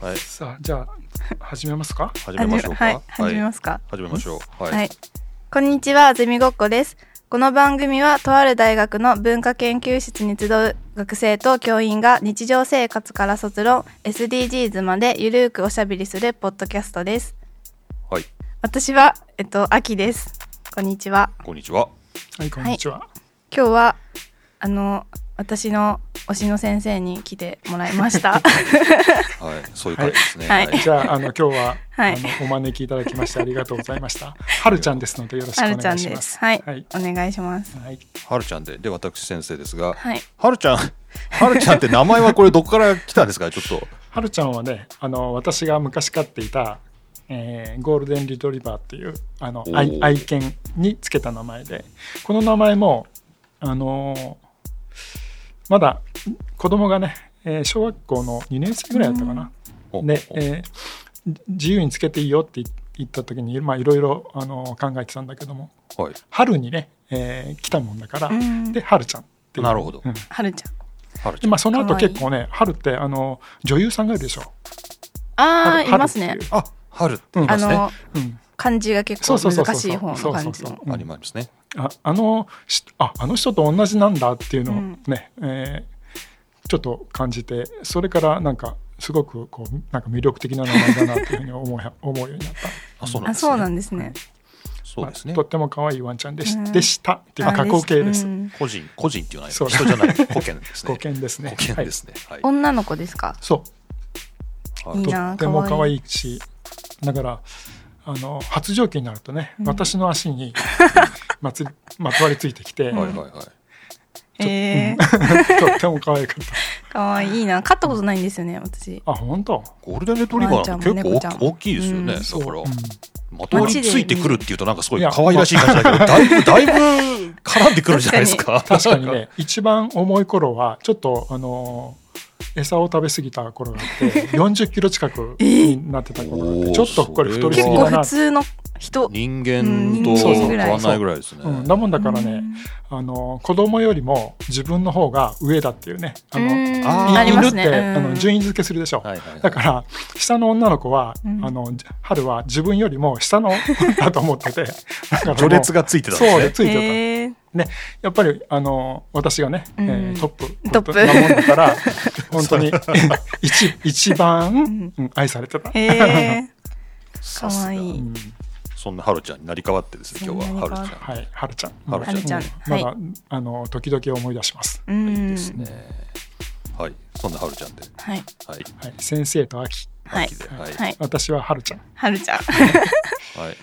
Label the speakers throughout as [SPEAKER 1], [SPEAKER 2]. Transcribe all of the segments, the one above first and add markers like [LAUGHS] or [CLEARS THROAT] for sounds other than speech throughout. [SPEAKER 1] はい
[SPEAKER 2] さあじゃあ始めますか
[SPEAKER 1] 始めましょうか
[SPEAKER 3] はい、始めますすか。
[SPEAKER 1] 始めましょうは、
[SPEAKER 3] はいい、こんにちは、ゼミごっこです。この番組は、とある大学の文化研究室に集う学生と教員が日常生活から卒論、SDGs までゆるーくおしゃべりするポッドキャストです。
[SPEAKER 1] はい、
[SPEAKER 3] 私は、えっと、秋です。こんにちは。
[SPEAKER 1] こんにちは
[SPEAKER 2] はいこんにちは、
[SPEAKER 3] 今日は、あの、私の推しの先生に来てもらいました。
[SPEAKER 1] はいそういう回ですね
[SPEAKER 3] はい
[SPEAKER 2] じゃああの今日は、
[SPEAKER 3] [LAUGHS] はい
[SPEAKER 2] あのお招きいただきましてありがとうございましたはるちゃんですのでよろしくお
[SPEAKER 3] はるちゃ
[SPEAKER 2] 願
[SPEAKER 3] ん
[SPEAKER 2] いし
[SPEAKER 3] で。
[SPEAKER 2] ますす
[SPEAKER 3] はい、
[SPEAKER 2] はい、
[SPEAKER 3] お願いします。
[SPEAKER 2] はい
[SPEAKER 1] はるちゃんでで私先生ですが
[SPEAKER 3] はい。
[SPEAKER 1] はるちゃんはるちゃんって名前はこれどこから来たんですかちょっと
[SPEAKER 2] はるちゃんはねあの私が昔飼っていた、えーゴールデンリトリバーっていうあの
[SPEAKER 1] おー
[SPEAKER 2] 愛愛犬につけた名前でこの名前もあのーまだ子供がね、えー小学校の2年生ぐらいだったかな、
[SPEAKER 1] お
[SPEAKER 2] で、えーじ自由につけていいよって言った時にまあいろいろあの考えてたんだけども
[SPEAKER 1] はい
[SPEAKER 2] 春にね、えー来たもんだから、
[SPEAKER 3] うん
[SPEAKER 2] で春ちゃんっていう
[SPEAKER 1] なるほど
[SPEAKER 2] うん
[SPEAKER 3] はるちゃん。
[SPEAKER 1] はるち
[SPEAKER 2] で
[SPEAKER 1] ゃん
[SPEAKER 2] まあ、その後
[SPEAKER 3] かわいい
[SPEAKER 2] 結構ね春ってあの女優さんがいるでしょ
[SPEAKER 3] ああ、
[SPEAKER 2] 春
[SPEAKER 3] いますね
[SPEAKER 2] 春って。
[SPEAKER 1] あはるって
[SPEAKER 2] いう
[SPEAKER 1] 言い
[SPEAKER 3] あ
[SPEAKER 1] ますね
[SPEAKER 3] の、
[SPEAKER 2] うん
[SPEAKER 3] 漢字が結構難しい方の
[SPEAKER 2] そ
[SPEAKER 3] 漢
[SPEAKER 2] う
[SPEAKER 3] 字
[SPEAKER 2] そうそう
[SPEAKER 3] の
[SPEAKER 2] そう
[SPEAKER 1] ありますね
[SPEAKER 2] ああのしああの人と同じなんだっていうのを
[SPEAKER 3] うん
[SPEAKER 2] ね、えーちょっと感じてそれからなんかすごくこうなんか魅力的な名前だなっていうふうに思う思うようになった
[SPEAKER 1] あそうなん
[SPEAKER 3] あ
[SPEAKER 1] ですね
[SPEAKER 3] そうな
[SPEAKER 1] [LAUGHS] そう
[SPEAKER 3] んですね。
[SPEAKER 1] ですね
[SPEAKER 2] まあとっても可愛いワンちゃんでし,、
[SPEAKER 3] うん
[SPEAKER 2] でしたっていう、まあ、
[SPEAKER 3] あ
[SPEAKER 2] 過去形です、
[SPEAKER 3] うん
[SPEAKER 1] 個人個人っていうのは
[SPEAKER 2] そ
[SPEAKER 1] 人
[SPEAKER 2] う
[SPEAKER 1] じゃない保険
[SPEAKER 2] [LAUGHS]
[SPEAKER 1] ですね
[SPEAKER 2] 語源ですね
[SPEAKER 1] 保険
[SPEAKER 2] はい
[SPEAKER 1] ですねはい
[SPEAKER 3] 女の子ですか。
[SPEAKER 2] そう
[SPEAKER 1] はい
[SPEAKER 3] いい
[SPEAKER 2] と
[SPEAKER 3] な
[SPEAKER 2] っても
[SPEAKER 3] 可
[SPEAKER 2] 可
[SPEAKER 3] 愛い
[SPEAKER 2] 愛いしだからあの発情期になるとね、
[SPEAKER 3] うん
[SPEAKER 2] 私の足
[SPEAKER 3] [LAUGHS]
[SPEAKER 2] にまつりまとわりついてきて、
[SPEAKER 1] はいはいはい
[SPEAKER 3] ええ、
[SPEAKER 2] とっても可愛かっ
[SPEAKER 3] 可愛いいな。飼ったことないんですよね、私。
[SPEAKER 2] たあ本当
[SPEAKER 1] ゴールデンレトリバーなんて
[SPEAKER 3] ワンちゃん
[SPEAKER 1] 結構大き
[SPEAKER 3] も猫ちゃんも
[SPEAKER 1] 大きいですよね、
[SPEAKER 3] うん
[SPEAKER 1] だから、 [LAUGHS]
[SPEAKER 2] うん
[SPEAKER 1] まとわりついてくるっていうとなんかすごい
[SPEAKER 2] いや
[SPEAKER 1] 可愛らしい感じだけ
[SPEAKER 2] [LAUGHS]
[SPEAKER 1] どだいぶだいぶ絡んでくるじゃないですか
[SPEAKER 2] 確かにね一番重い頃はちょっとあのー餌を食べ過ぎた頃があって40キロ
[SPEAKER 1] [LAUGHS]
[SPEAKER 2] 近くになってた頃があっ
[SPEAKER 1] え
[SPEAKER 2] て
[SPEAKER 1] ー
[SPEAKER 2] ちょっとこれ太り
[SPEAKER 3] 結
[SPEAKER 2] すぎ
[SPEAKER 3] 構
[SPEAKER 2] だ
[SPEAKER 3] 普
[SPEAKER 2] な、
[SPEAKER 3] 通の人。
[SPEAKER 1] 人間と
[SPEAKER 2] そうそう
[SPEAKER 1] 変わらないぐらいですね、
[SPEAKER 2] うん、だもんだから
[SPEAKER 3] う
[SPEAKER 2] ね
[SPEAKER 3] ん
[SPEAKER 2] あのー子供よりも自分の方が上だっていうねあの
[SPEAKER 3] うん
[SPEAKER 1] あ
[SPEAKER 2] い
[SPEAKER 1] ー
[SPEAKER 3] ありま
[SPEAKER 2] 犬っ
[SPEAKER 3] す
[SPEAKER 2] て、
[SPEAKER 3] ね。
[SPEAKER 2] あ
[SPEAKER 3] う
[SPEAKER 2] の
[SPEAKER 3] ん
[SPEAKER 2] 順位付けするでしょ、
[SPEAKER 1] はいはいはい
[SPEAKER 2] だから下の女の子は、
[SPEAKER 3] うん
[SPEAKER 2] あの春は自分よりも下の [LAUGHS] だと思っててだからもう
[SPEAKER 1] 序列がついてたんです
[SPEAKER 2] そう
[SPEAKER 1] ね
[SPEAKER 2] でついてた、
[SPEAKER 3] えー
[SPEAKER 2] ね、やっぱりあの私がね、
[SPEAKER 3] うん
[SPEAKER 2] えートップ
[SPEAKER 3] トップ
[SPEAKER 2] なもんだから
[SPEAKER 1] [LAUGHS]
[SPEAKER 2] 本当に一一番、うん愛されてた、
[SPEAKER 3] ええ、
[SPEAKER 1] さす
[SPEAKER 3] 可
[SPEAKER 1] が
[SPEAKER 3] 愛
[SPEAKER 2] [LAUGHS] う
[SPEAKER 3] い。
[SPEAKER 2] ん
[SPEAKER 1] そんなハルちゃんに成り代わってですね今日はハ
[SPEAKER 3] そん
[SPEAKER 1] ル
[SPEAKER 3] な
[SPEAKER 1] ちゃん、
[SPEAKER 3] に
[SPEAKER 2] はい、はるちゃん、
[SPEAKER 1] はるち
[SPEAKER 3] ゃん
[SPEAKER 2] う
[SPEAKER 3] は
[SPEAKER 2] ま
[SPEAKER 3] い
[SPEAKER 2] だ、あの時々思い出します。
[SPEAKER 3] う
[SPEAKER 1] いい
[SPEAKER 3] ん
[SPEAKER 1] です。ねはいそんなハルちゃんで
[SPEAKER 3] はい。
[SPEAKER 1] はい
[SPEAKER 2] はい、先生と秋、
[SPEAKER 3] はい
[SPEAKER 1] 秋。では、
[SPEAKER 2] はい
[SPEAKER 3] は
[SPEAKER 1] はい
[SPEAKER 3] い。
[SPEAKER 2] 私ははるちゃん。
[SPEAKER 3] はるちゃん。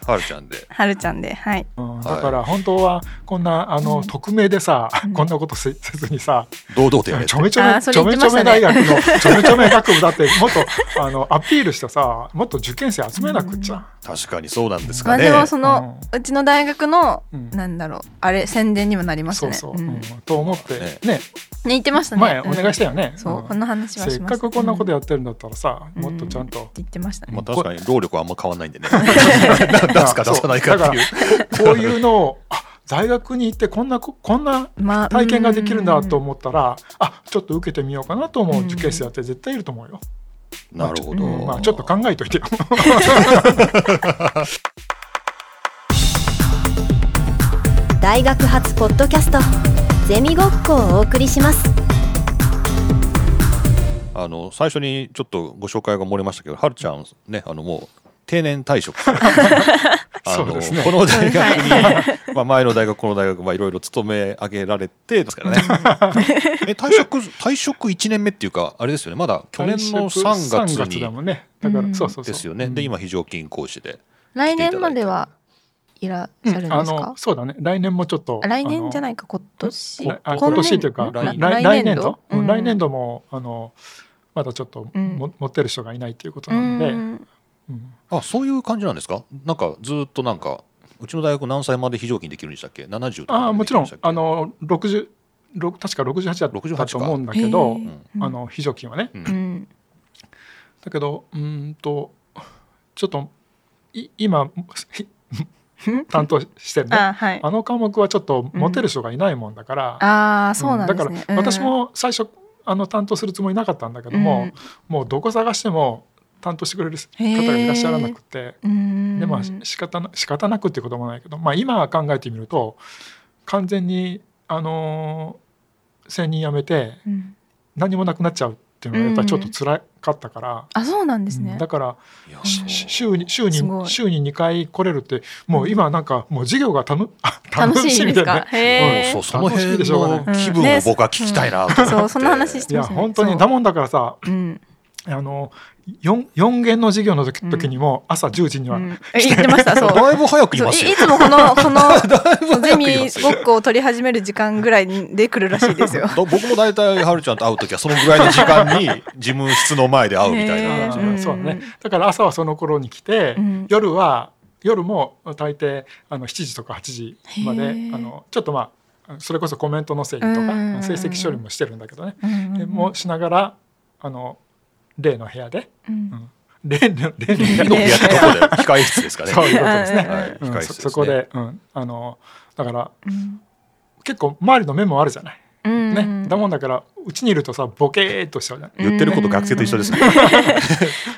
[SPEAKER 1] ハルちゃんで
[SPEAKER 3] はるちゃんで。はい。
[SPEAKER 2] うん、だから本当はこんなあの、匿名でさ、こんなことせせずにさ、
[SPEAKER 1] 堂々とやれ
[SPEAKER 2] ち
[SPEAKER 1] て
[SPEAKER 2] ょめちょ
[SPEAKER 3] あ
[SPEAKER 2] め
[SPEAKER 3] ーそ
[SPEAKER 2] ち
[SPEAKER 3] れ
[SPEAKER 2] ょ
[SPEAKER 3] 言っ
[SPEAKER 2] めち
[SPEAKER 3] てま
[SPEAKER 2] ょ
[SPEAKER 3] した
[SPEAKER 2] め大
[SPEAKER 3] ね
[SPEAKER 2] 学のちょめちょめ学部だってもっとあのアピールしてさ、もっと受験生集めなくっちゃ。
[SPEAKER 1] 確かにそうなんです
[SPEAKER 3] ま
[SPEAKER 1] か
[SPEAKER 3] あ
[SPEAKER 1] ね、
[SPEAKER 3] でもそのうちの大学の
[SPEAKER 2] うん
[SPEAKER 3] なんだろうあれ宣伝にもなります
[SPEAKER 2] そう
[SPEAKER 3] ね。
[SPEAKER 2] そう、
[SPEAKER 3] うん
[SPEAKER 2] うん
[SPEAKER 3] ね
[SPEAKER 2] と思って
[SPEAKER 1] ね
[SPEAKER 2] ね
[SPEAKER 3] 言ってましたね。
[SPEAKER 2] 前お願いした
[SPEAKER 3] よ。
[SPEAKER 2] よね、
[SPEAKER 3] そ
[SPEAKER 2] ん
[SPEAKER 3] うこの話は
[SPEAKER 2] せっ
[SPEAKER 3] しました。
[SPEAKER 2] かくこんなこと
[SPEAKER 3] や
[SPEAKER 2] やってるんだったらさ、
[SPEAKER 3] うん
[SPEAKER 2] もっとちゃんと、
[SPEAKER 3] 言ってましたね
[SPEAKER 1] まあ、。確かに労力はあんま変わんない
[SPEAKER 3] [LAUGHS]
[SPEAKER 1] んでね出すか出さないかっていう
[SPEAKER 2] そうだからこういうのをあ大学に行ってこんなここんな
[SPEAKER 3] まあ
[SPEAKER 2] 体験ができるんだと思ったら、あちょっと受けてみようかなと思う受験生だって絶対いると思うよ、
[SPEAKER 1] なるほど、
[SPEAKER 2] うんまあ、ちょっと考えといてよ
[SPEAKER 4] 大学発ポッドキャストゼミごっこをお送りします
[SPEAKER 1] あの最初にちょっとご紹介が漏れましたけど、はるちゃんね、あのもう定年退職。あの
[SPEAKER 2] そうですね
[SPEAKER 1] この大学に、 [LAUGHS] まあ前の大学この大学まあいろいろ勤め上げられてですからね。え退職退職一年目っていうかあれですよね。まだ [LAUGHS] 去年
[SPEAKER 2] [LAUGHS]
[SPEAKER 1] の三月
[SPEAKER 2] 3だ
[SPEAKER 1] に
[SPEAKER 2] もんねだから、
[SPEAKER 3] うん
[SPEAKER 2] そうそうそう
[SPEAKER 1] ですよね。で今非常勤講師で。
[SPEAKER 3] 来年まではいらっしゃるん
[SPEAKER 2] あ
[SPEAKER 3] です
[SPEAKER 2] の
[SPEAKER 3] か？
[SPEAKER 2] そうだね来年もちょっと
[SPEAKER 3] あ来年じゃないいか今年。
[SPEAKER 2] あ今年というか
[SPEAKER 1] 来
[SPEAKER 2] 来来
[SPEAKER 3] 来年
[SPEAKER 2] 年
[SPEAKER 3] 度
[SPEAKER 2] 度、。
[SPEAKER 3] うん
[SPEAKER 2] 来年度もあのまだちょっとも、
[SPEAKER 3] うん
[SPEAKER 2] 持ってる人がいないということ
[SPEAKER 3] う
[SPEAKER 2] なので、
[SPEAKER 3] ん
[SPEAKER 2] うん
[SPEAKER 1] あそういう感じなんですか。なんかずっとなんかうちの大学何歳まで非常勤できるんでしたっけ？七十とか
[SPEAKER 2] ああもちろん
[SPEAKER 1] できるでしたっけ
[SPEAKER 2] あ。の60ろく確か68
[SPEAKER 1] 68
[SPEAKER 2] だったと思うんだけど、
[SPEAKER 3] へー
[SPEAKER 2] あの非常勤はね、
[SPEAKER 1] うん
[SPEAKER 3] うん
[SPEAKER 2] だけどうーんとちょっとい
[SPEAKER 3] [LAUGHS]
[SPEAKER 2] 今ひ担当してるねあ
[SPEAKER 3] あはい。
[SPEAKER 2] の科目はちょっと持てる人がいないもんだから、
[SPEAKER 3] あーそうなん
[SPEAKER 2] だ
[SPEAKER 3] で
[SPEAKER 2] か
[SPEAKER 3] す
[SPEAKER 2] ら
[SPEAKER 3] ね。うん
[SPEAKER 2] 私も最初あの担当するつもりなかったんだけども、もうどこ探しても担当してくれる方がいらっしゃらなくて、
[SPEAKER 3] うん
[SPEAKER 2] でまあし仕方な仕方なくっていうこともないけど、まあ、今考えてみると完全にあのー専任辞めて
[SPEAKER 3] うん
[SPEAKER 2] 何もなくなっちゃうっていうのはやっぱりちょっと辛かったから、
[SPEAKER 3] あそうなんですね
[SPEAKER 2] うんだから
[SPEAKER 1] いや
[SPEAKER 2] し
[SPEAKER 1] そう
[SPEAKER 2] 週に週
[SPEAKER 3] すご
[SPEAKER 2] に
[SPEAKER 3] い
[SPEAKER 2] 週に2回来れるってもう今なんかもう授業がたの
[SPEAKER 3] 楽しいんです
[SPEAKER 2] だ
[SPEAKER 3] か
[SPEAKER 2] ね。
[SPEAKER 3] へえ
[SPEAKER 1] そうその辺
[SPEAKER 2] 楽しみでしょうが
[SPEAKER 1] の
[SPEAKER 2] な
[SPEAKER 1] 気分を僕は聞きたいなと思って、
[SPEAKER 3] そうそんな話し
[SPEAKER 2] い
[SPEAKER 3] て
[SPEAKER 2] や
[SPEAKER 3] ましたね
[SPEAKER 2] 本当にだもんだからさ
[SPEAKER 3] そううん
[SPEAKER 2] あの 4, 四限の授業の時,、
[SPEAKER 3] うん
[SPEAKER 2] 時にも朝10時には、
[SPEAKER 3] うんえ言ってましたそ
[SPEAKER 2] [LAUGHS]
[SPEAKER 3] う
[SPEAKER 1] だいぶ早くい
[SPEAKER 3] そう
[SPEAKER 1] ますよ
[SPEAKER 3] いいつもこのこの
[SPEAKER 1] だいぶ早く
[SPEAKER 3] ゼ
[SPEAKER 1] い
[SPEAKER 3] ミ
[SPEAKER 1] ますよ
[SPEAKER 3] ごっこを取り始める時間ぐらいで来るらし
[SPEAKER 1] [LAUGHS]。
[SPEAKER 3] いですよ
[SPEAKER 1] ど僕も大体はるちゃんと会う時はそのぐらいの時間
[SPEAKER 3] [LAUGHS]
[SPEAKER 1] に事務室の前で会うみたい
[SPEAKER 3] へ
[SPEAKER 1] な
[SPEAKER 3] ー
[SPEAKER 2] あーそうだねだから朝はその頃に来て、
[SPEAKER 3] うん
[SPEAKER 2] 夜は夜も大抵あの7時とか8時まで
[SPEAKER 3] へ
[SPEAKER 2] あ
[SPEAKER 3] ー
[SPEAKER 2] のちょっとまあそれこそコメントの整理と
[SPEAKER 3] うん
[SPEAKER 2] か
[SPEAKER 3] うんうん
[SPEAKER 2] 成績処理もしてるんだけどね、
[SPEAKER 3] うんうんうん
[SPEAKER 2] もうしながらあの例の部屋で [LAUGHS]
[SPEAKER 3] うん
[SPEAKER 2] 例の例の部 [LAUGHS] 屋
[SPEAKER 1] のやったとこで控え室ですかね。
[SPEAKER 2] そういうことですね。
[SPEAKER 1] はい
[SPEAKER 2] うん
[SPEAKER 1] 控え室で
[SPEAKER 2] そ
[SPEAKER 1] すね
[SPEAKER 2] そこで、うん、あのだから
[SPEAKER 3] うん
[SPEAKER 2] 結構周りの目もあるじゃない。
[SPEAKER 3] うん
[SPEAKER 2] ね、だもんだからうちにいるとさボケーっとしちゃうじゃん。
[SPEAKER 1] 言ってること学生と一緒ですね。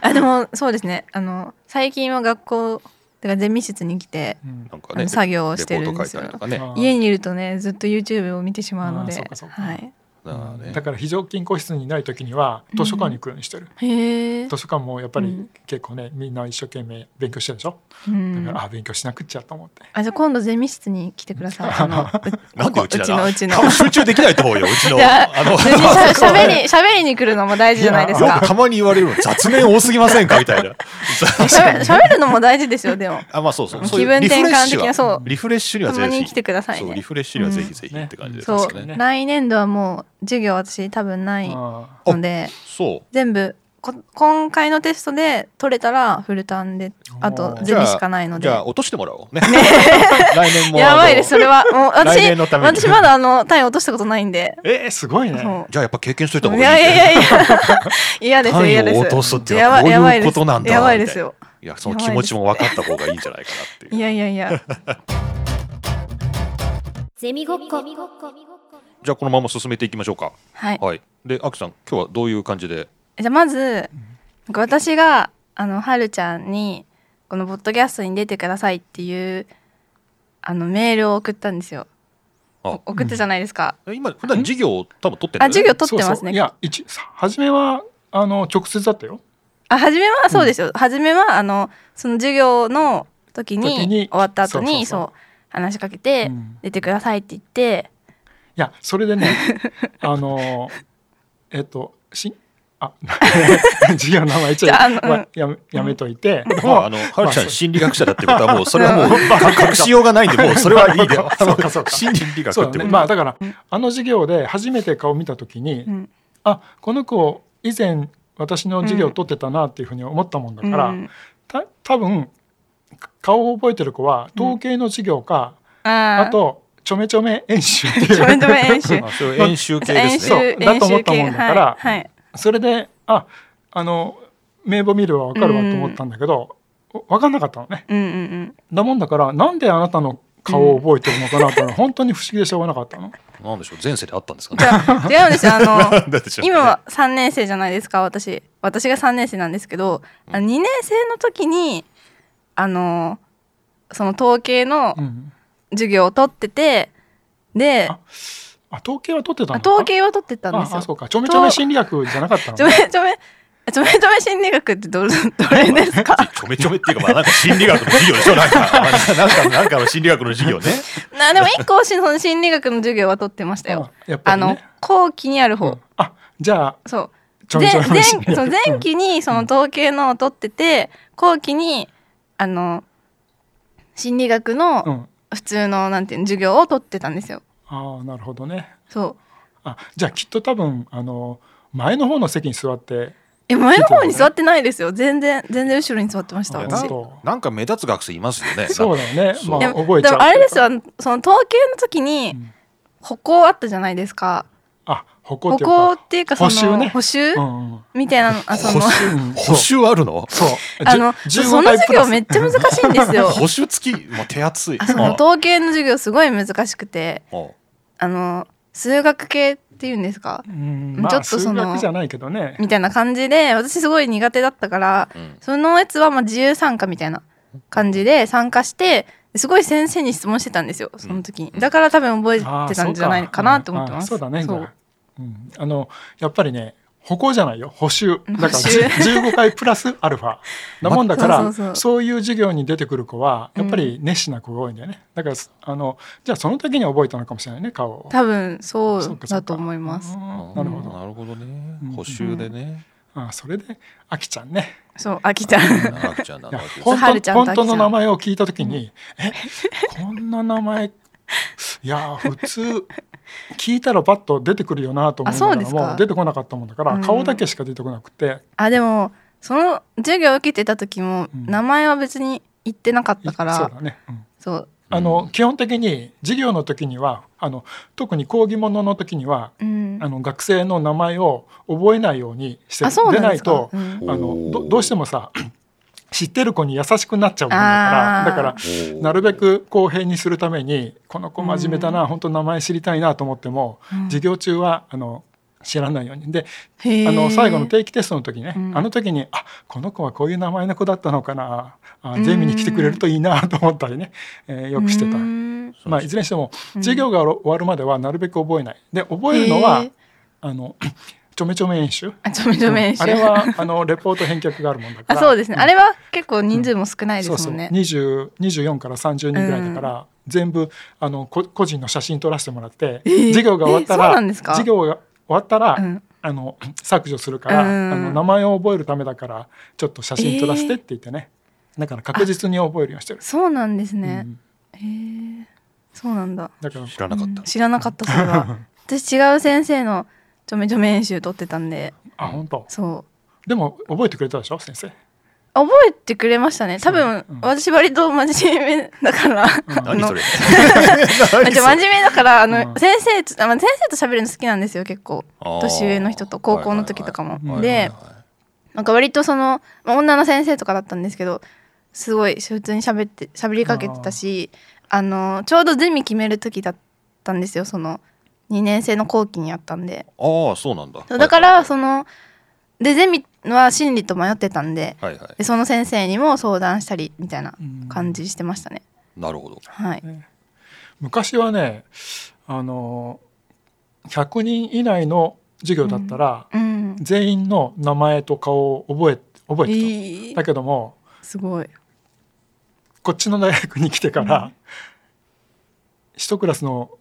[SPEAKER 3] あでもそうですねあの最近は学校てかゼミ室に来て
[SPEAKER 2] うん
[SPEAKER 1] なんか
[SPEAKER 3] あ
[SPEAKER 1] ね
[SPEAKER 3] の作業をし
[SPEAKER 1] レ
[SPEAKER 3] て
[SPEAKER 1] ポ
[SPEAKER 3] る
[SPEAKER 1] ー
[SPEAKER 3] ん
[SPEAKER 1] ト
[SPEAKER 3] で
[SPEAKER 1] 書
[SPEAKER 3] す
[SPEAKER 1] い
[SPEAKER 3] よ
[SPEAKER 1] たりとかね。
[SPEAKER 2] あー
[SPEAKER 3] 家にいるとねずっと YouTube を見てしまうの
[SPEAKER 2] あー
[SPEAKER 3] で
[SPEAKER 2] そうかそうか
[SPEAKER 3] はい
[SPEAKER 1] だからね
[SPEAKER 2] だから非常勤個室にいない時には図書館に行くようにしてる、
[SPEAKER 3] へえ
[SPEAKER 2] 図書館もやっぱ
[SPEAKER 3] う
[SPEAKER 2] り
[SPEAKER 3] ん
[SPEAKER 2] 結構ねみんな一生懸命勉強してるでしょだから、あ勉強しなくっちゃと思って
[SPEAKER 3] あじゃあ今度ゼミ室に来てくださいあの
[SPEAKER 1] なんでうち
[SPEAKER 3] う
[SPEAKER 1] だ
[SPEAKER 3] ちの
[SPEAKER 1] な
[SPEAKER 3] うちの
[SPEAKER 1] [LAUGHS] 顔集中できないと
[SPEAKER 3] [LAUGHS]
[SPEAKER 1] 思うよ、うちの。
[SPEAKER 3] いや
[SPEAKER 1] あの、
[SPEAKER 3] 別にしゃしゃべりしゃべりに来るのも大事じゃないで
[SPEAKER 2] い
[SPEAKER 3] す
[SPEAKER 1] よ
[SPEAKER 3] か
[SPEAKER 1] くたまに言われるの、雑念多すぎませんかみたいな。
[SPEAKER 3] しゃべしゃべるのも大事ですよでも
[SPEAKER 1] あ、まあそうそう。
[SPEAKER 3] 気
[SPEAKER 1] そういう
[SPEAKER 3] 分転換的な
[SPEAKER 1] リフレッシュは
[SPEAKER 3] そ
[SPEAKER 1] リフレッシュにはぜ
[SPEAKER 3] うた
[SPEAKER 1] ひ。
[SPEAKER 3] まに来てくださいね
[SPEAKER 1] そう、リフレッシュにはぜひぜひって感じです
[SPEAKER 3] そ
[SPEAKER 1] よ
[SPEAKER 3] う、
[SPEAKER 1] ね。
[SPEAKER 3] 来年度はもう授業私多分ない
[SPEAKER 2] あ
[SPEAKER 3] ので
[SPEAKER 1] そう。
[SPEAKER 3] 全部こ今回のテストで取れたらフルタンであと
[SPEAKER 2] おー
[SPEAKER 3] ゼミしかないので
[SPEAKER 1] じゃあ、落としてもらおう。ね。 [LAUGHS] 来年も。
[SPEAKER 3] やばい
[SPEAKER 1] あの
[SPEAKER 3] ですそれ
[SPEAKER 1] [LAUGHS]
[SPEAKER 3] はもう
[SPEAKER 1] 来
[SPEAKER 3] 私
[SPEAKER 1] 年のために
[SPEAKER 3] 私まだあの単位落としたことないんで
[SPEAKER 2] ーえー、すごいね
[SPEAKER 3] そ
[SPEAKER 1] じゃあやっぱ経験しといた
[SPEAKER 3] う
[SPEAKER 1] 方
[SPEAKER 3] い
[SPEAKER 1] が
[SPEAKER 3] や
[SPEAKER 1] い
[SPEAKER 3] い
[SPEAKER 1] いね。[LAUGHS]
[SPEAKER 3] やいや嫌です
[SPEAKER 1] 単位
[SPEAKER 3] 嫌です
[SPEAKER 1] を落とすっていうの
[SPEAKER 3] や
[SPEAKER 1] は
[SPEAKER 3] ば
[SPEAKER 1] こ
[SPEAKER 3] いうやばい
[SPEAKER 1] いう
[SPEAKER 3] で
[SPEAKER 1] こ
[SPEAKER 3] す
[SPEAKER 1] となんだ
[SPEAKER 3] やばいですよ
[SPEAKER 1] いやその気持ちも分かった方がいいんじゃないかなっていう
[SPEAKER 3] いやいやいや
[SPEAKER 4] ゼミごっこ
[SPEAKER 1] じゃあこのまま進めていきましょうか
[SPEAKER 3] はい
[SPEAKER 1] はいでアクさん今日はどういう感じで
[SPEAKER 3] じゃあまずなんか私があのはるちゃんにこのポッドキャストに出てくださいっていうあのメールを送ったんですよ。
[SPEAKER 1] あ
[SPEAKER 3] お送ったじゃないですか。
[SPEAKER 1] え今普段授業を多分取って
[SPEAKER 3] あ
[SPEAKER 1] るんだよね
[SPEAKER 3] 授業取ってます
[SPEAKER 2] そうそう
[SPEAKER 3] ね。
[SPEAKER 2] いや一初めはあの直接だったよ
[SPEAKER 3] あ初めはそうですよ。初めはあのその授業の時に
[SPEAKER 2] 時に
[SPEAKER 3] 終わった後にそ
[SPEAKER 2] そ
[SPEAKER 3] う
[SPEAKER 2] うそうそう
[SPEAKER 3] 話しかけて、
[SPEAKER 2] うん
[SPEAKER 3] 出てくださいって言って
[SPEAKER 2] いやそれで
[SPEAKER 3] [LAUGHS]
[SPEAKER 2] ねあのえっとしあ [LAUGHS] 授業の名前言っち
[SPEAKER 3] じゃあ
[SPEAKER 2] ゃ
[SPEAKER 3] あ
[SPEAKER 2] い
[SPEAKER 3] の
[SPEAKER 2] まあやめやめといて、
[SPEAKER 1] まあ、あの、はるちゃん心理学者だってことはもう、それはもう、 [LAUGHS] 隠しようがないんで、 [LAUGHS] もうそれはいいで。
[SPEAKER 2] そうかそうか
[SPEAKER 1] 心理学
[SPEAKER 2] そう
[SPEAKER 1] っ
[SPEAKER 2] だ
[SPEAKER 1] て
[SPEAKER 2] ね
[SPEAKER 1] こと。
[SPEAKER 2] まあだからあの授業で初めて顔見た時に、
[SPEAKER 3] ん
[SPEAKER 2] あこの子以前私の授業を取ってたなっていうふうに思ったもんだから、
[SPEAKER 3] うん
[SPEAKER 2] た多分顔を覚えてる子は統計の授業か、
[SPEAKER 3] あ
[SPEAKER 2] あとちょめちょめ演習って
[SPEAKER 3] [LAUGHS] ちょ
[SPEAKER 2] い
[SPEAKER 3] め
[SPEAKER 2] う
[SPEAKER 3] ちょめ演習
[SPEAKER 1] あそういう演習系で
[SPEAKER 3] 演
[SPEAKER 1] す
[SPEAKER 3] 習
[SPEAKER 1] ね。
[SPEAKER 2] そうだ
[SPEAKER 3] 練
[SPEAKER 2] と思っ
[SPEAKER 3] 習
[SPEAKER 2] たも
[SPEAKER 3] 系
[SPEAKER 2] んだから
[SPEAKER 3] はいはい
[SPEAKER 2] [LAUGHS] それでああの名簿見ればわかるわと思ったんだけど、わかんなかったのね。
[SPEAKER 3] うんうんうん
[SPEAKER 2] だもんだからなんであなたの顔を覚えてるのかなって
[SPEAKER 3] [LAUGHS]
[SPEAKER 2] いうのは本当に不思議でしょうがなかったの。
[SPEAKER 1] なんでしょう、前世であったんですか
[SPEAKER 3] じ
[SPEAKER 1] ね。
[SPEAKER 2] [LAUGHS]
[SPEAKER 3] ゃあ違うんですよあの
[SPEAKER 1] なんでしょうね
[SPEAKER 3] [LAUGHS] 今は3年生じゃないですか私私が3年生なんですけど、あの2年生の時にあのその統計の
[SPEAKER 2] うん
[SPEAKER 3] 授業を取っててで
[SPEAKER 2] ああ統計は取ってた
[SPEAKER 3] あ
[SPEAKER 2] のか
[SPEAKER 3] 統計は取ってたんです
[SPEAKER 2] あ
[SPEAKER 3] よ
[SPEAKER 2] あそうかちょめちょめ心理学じゃなかったの
[SPEAKER 3] ちょめ
[SPEAKER 2] ね
[SPEAKER 3] ちょめちょめちょめ心理学ってどれどれです
[SPEAKER 2] [LAUGHS]
[SPEAKER 3] か
[SPEAKER 1] ちょめちょめっていうか、まあ、なんか心理学の授業でしょ、なんか。なんか、なんかの心理学の授業ね。
[SPEAKER 3] なでも1個その心理学の授業は取ってましたよ
[SPEAKER 2] あやっぱ
[SPEAKER 3] あ
[SPEAKER 2] りね
[SPEAKER 3] の後期にある方、
[SPEAKER 2] あじゃあ
[SPEAKER 3] そう
[SPEAKER 2] ちょめちょめ
[SPEAKER 3] 前
[SPEAKER 2] 心理
[SPEAKER 3] 前そう
[SPEAKER 2] 学
[SPEAKER 3] 前期に
[SPEAKER 2] [LAUGHS]
[SPEAKER 3] その統計のを取ってて、後期にあの心理学
[SPEAKER 2] う
[SPEAKER 3] の
[SPEAKER 2] ん
[SPEAKER 3] 普通のなんていうの授業を取ってたんですよ。
[SPEAKER 2] ああなるほどね
[SPEAKER 3] そう
[SPEAKER 2] あじゃあきっと多分あの前の方の席に座って
[SPEAKER 3] え前の方に座ってないですよ全然全然後ろに座ってました
[SPEAKER 2] あ
[SPEAKER 3] 私。
[SPEAKER 1] な
[SPEAKER 3] で
[SPEAKER 1] ん
[SPEAKER 3] も
[SPEAKER 2] 本
[SPEAKER 1] なんか目立つ学生いますよね。
[SPEAKER 2] そうだよね
[SPEAKER 1] そう
[SPEAKER 2] まあ
[SPEAKER 1] で
[SPEAKER 2] 覚えち
[SPEAKER 3] で
[SPEAKER 2] ゃう
[SPEAKER 3] もあれですよあのその統計の時に
[SPEAKER 2] うん
[SPEAKER 3] 歩行あったじゃないですか。
[SPEAKER 2] あ歩行
[SPEAKER 3] 歩
[SPEAKER 2] っていうか
[SPEAKER 3] 行っていうか
[SPEAKER 2] 補習
[SPEAKER 3] その
[SPEAKER 2] ね
[SPEAKER 3] 補習
[SPEAKER 2] うんうん
[SPEAKER 3] みたいなのあそ
[SPEAKER 1] 補
[SPEAKER 3] の
[SPEAKER 1] 習、補習あるの
[SPEAKER 2] そう
[SPEAKER 3] [LAUGHS] あの
[SPEAKER 2] じゅ
[SPEAKER 3] そ
[SPEAKER 2] 15
[SPEAKER 3] の
[SPEAKER 2] 回
[SPEAKER 3] 授
[SPEAKER 2] プラ
[SPEAKER 3] 業
[SPEAKER 2] ス
[SPEAKER 3] めっちゃ難しいんです
[SPEAKER 2] [LAUGHS]
[SPEAKER 3] よ。
[SPEAKER 1] 補習付き、もう手厚い。
[SPEAKER 3] あその
[SPEAKER 1] あ
[SPEAKER 3] 統計の授業すごい難しくて。
[SPEAKER 1] あ
[SPEAKER 3] あの数学系ってっていうんですか
[SPEAKER 2] うんまあ
[SPEAKER 3] ちょっとそ
[SPEAKER 2] 数
[SPEAKER 3] の
[SPEAKER 2] 学じゃないけどね
[SPEAKER 3] みたいな感じで私すごい苦手だったから
[SPEAKER 1] うん
[SPEAKER 3] そのやつはまあ自由参加みたいな感じで参加してすごい先生に質問してたんですよその時に
[SPEAKER 1] うん
[SPEAKER 3] だから多分覚え
[SPEAKER 2] あー
[SPEAKER 3] てたんじゃないかなと思ってます
[SPEAKER 2] そうかあーそうだね
[SPEAKER 3] う
[SPEAKER 2] うんあのやっぱりね歩行じゃないよ補習だから
[SPEAKER 3] 補
[SPEAKER 2] [LAUGHS]
[SPEAKER 3] 習
[SPEAKER 2] 15回プラスアルファなもんだから、
[SPEAKER 3] そ
[SPEAKER 2] そうう
[SPEAKER 3] そうそう
[SPEAKER 2] いう授業に出てくる子はやっぱり熱心な子が多いんだよね、だからあのじゃあその時に覚えたのかもしれないね顔を
[SPEAKER 3] 多分そ
[SPEAKER 2] そう
[SPEAKER 3] う
[SPEAKER 2] かそうか
[SPEAKER 3] だと思います
[SPEAKER 2] うん
[SPEAKER 1] あー
[SPEAKER 2] なるほど
[SPEAKER 1] なるほどね
[SPEAKER 2] うん
[SPEAKER 1] 補修でね、
[SPEAKER 2] あそれであきちゃんね
[SPEAKER 3] そうあきちゃん
[SPEAKER 1] あーあきちゃんなん
[SPEAKER 2] いや
[SPEAKER 1] だわけです
[SPEAKER 3] ほんはる
[SPEAKER 2] 本
[SPEAKER 3] ちゃ
[SPEAKER 2] 当
[SPEAKER 3] んとあきちゃ
[SPEAKER 2] 本当
[SPEAKER 3] ん
[SPEAKER 2] の名前を聞いた時に、えこんな名前いや普通聞いたらバッと出てくるよなと思いなが
[SPEAKER 3] あそうで
[SPEAKER 2] ら
[SPEAKER 3] すか
[SPEAKER 2] もう出てこなかったもんだから、
[SPEAKER 3] うん
[SPEAKER 2] 顔だけしか出てこなくて
[SPEAKER 3] あでもその授業を受けてた時も
[SPEAKER 2] うん
[SPEAKER 3] 名前は別に言ってなかっ
[SPEAKER 2] い
[SPEAKER 3] たから
[SPEAKER 2] そうだね、うん
[SPEAKER 3] そう
[SPEAKER 2] あ
[SPEAKER 1] う
[SPEAKER 2] の
[SPEAKER 1] ん
[SPEAKER 2] 基本的に授業の時にはあの特に講義ものの時には
[SPEAKER 3] うん
[SPEAKER 2] あの学生の名前を覚えないようにして
[SPEAKER 3] あそう
[SPEAKER 2] で
[SPEAKER 3] なん
[SPEAKER 2] な
[SPEAKER 3] で
[SPEAKER 2] い
[SPEAKER 3] すか
[SPEAKER 2] と
[SPEAKER 3] うん
[SPEAKER 2] あの
[SPEAKER 1] お
[SPEAKER 2] ど
[SPEAKER 1] ー
[SPEAKER 2] どうしてもさ知ってる子に優しくなっちゃうもんだから
[SPEAKER 3] あー
[SPEAKER 2] だから
[SPEAKER 1] おー
[SPEAKER 2] なるべく公平にするためにこの子真面目だな、本当名前知りたいなと思っても、
[SPEAKER 3] うん
[SPEAKER 2] 授業中はあの知らないようにで
[SPEAKER 3] へー
[SPEAKER 2] あの最後の定期テストの時ね、
[SPEAKER 3] うん
[SPEAKER 2] あの時にあこの子はこういう名前の子だったのかなあ
[SPEAKER 3] うん
[SPEAKER 2] ゼミに来てくれるといいなと思ったりね、えーよくしてた
[SPEAKER 3] う。ん
[SPEAKER 2] まあ、いずれにしても
[SPEAKER 3] うん
[SPEAKER 2] 授業が終わるまではなるべく覚えないで覚えるのは
[SPEAKER 3] へー
[SPEAKER 2] あのちょめちょめ演習
[SPEAKER 3] あちょめちょめ演習
[SPEAKER 2] あれはあのレポート返却があるもんだか
[SPEAKER 3] あ
[SPEAKER 2] ら
[SPEAKER 3] そうですね、
[SPEAKER 2] ん
[SPEAKER 3] あれは結構人数も少ないですもんね。
[SPEAKER 2] そうそう20 24から30人ぐらいだから、全部あのこ個人の写真撮らせてもらって、
[SPEAKER 3] えー
[SPEAKER 2] 授業が終わった
[SPEAKER 3] えそう
[SPEAKER 2] ら
[SPEAKER 3] なんですか
[SPEAKER 2] 授業が終わったら、
[SPEAKER 3] うん
[SPEAKER 2] あの削除するから、
[SPEAKER 3] うん
[SPEAKER 2] あの名前を覚えるためだからちょっと写真撮らせてって言ってね、だから確実に覚えるようにしてる、
[SPEAKER 3] そうなんですね
[SPEAKER 2] う。ん
[SPEAKER 3] へえ、そうなんだ。
[SPEAKER 2] だから
[SPEAKER 1] 知らなかった、
[SPEAKER 3] 知らなかったそれは。私違う先生のちょめちょめ演習取ってたんで、
[SPEAKER 2] あ本当
[SPEAKER 3] そう。
[SPEAKER 2] でも覚えてくれたでしょ先生、
[SPEAKER 3] 覚えてくれましたね。多分、
[SPEAKER 2] うん
[SPEAKER 3] 私割と真面目だから、あ
[SPEAKER 1] 何
[SPEAKER 3] の
[SPEAKER 1] それ [LAUGHS]
[SPEAKER 3] あじゃあ真面目だから、あの、
[SPEAKER 2] うん
[SPEAKER 3] 先生と、あまあ先生と喋るの好きなんですよ、結構。
[SPEAKER 1] あー
[SPEAKER 3] 年上の人と高校の時とかも
[SPEAKER 1] はいはいはい
[SPEAKER 3] で
[SPEAKER 1] はいはいはい
[SPEAKER 3] なんか割とその、まあ女の先生とかだったんですけど、すごい普通に喋って、喋りかけてたし、あの、ちょうどゼミ決める時だったんですよ、その、2年生の後期にやったんで。
[SPEAKER 1] ああそうなんだ
[SPEAKER 3] そうだか
[SPEAKER 1] は
[SPEAKER 3] らそのでゼミは心理と迷ってたんで
[SPEAKER 1] いはい
[SPEAKER 3] でその先生にも相談したりみたいな
[SPEAKER 2] うん
[SPEAKER 3] 感じしてましたね、
[SPEAKER 1] なるほど
[SPEAKER 3] はい
[SPEAKER 2] ね昔はねあの100人以内の授業だったら、
[SPEAKER 3] うん
[SPEAKER 2] 全員の名前と顔を覚え覚えてた、
[SPEAKER 3] いい
[SPEAKER 2] だけども
[SPEAKER 3] すごい
[SPEAKER 2] こっちの大学に来てから、一クラスの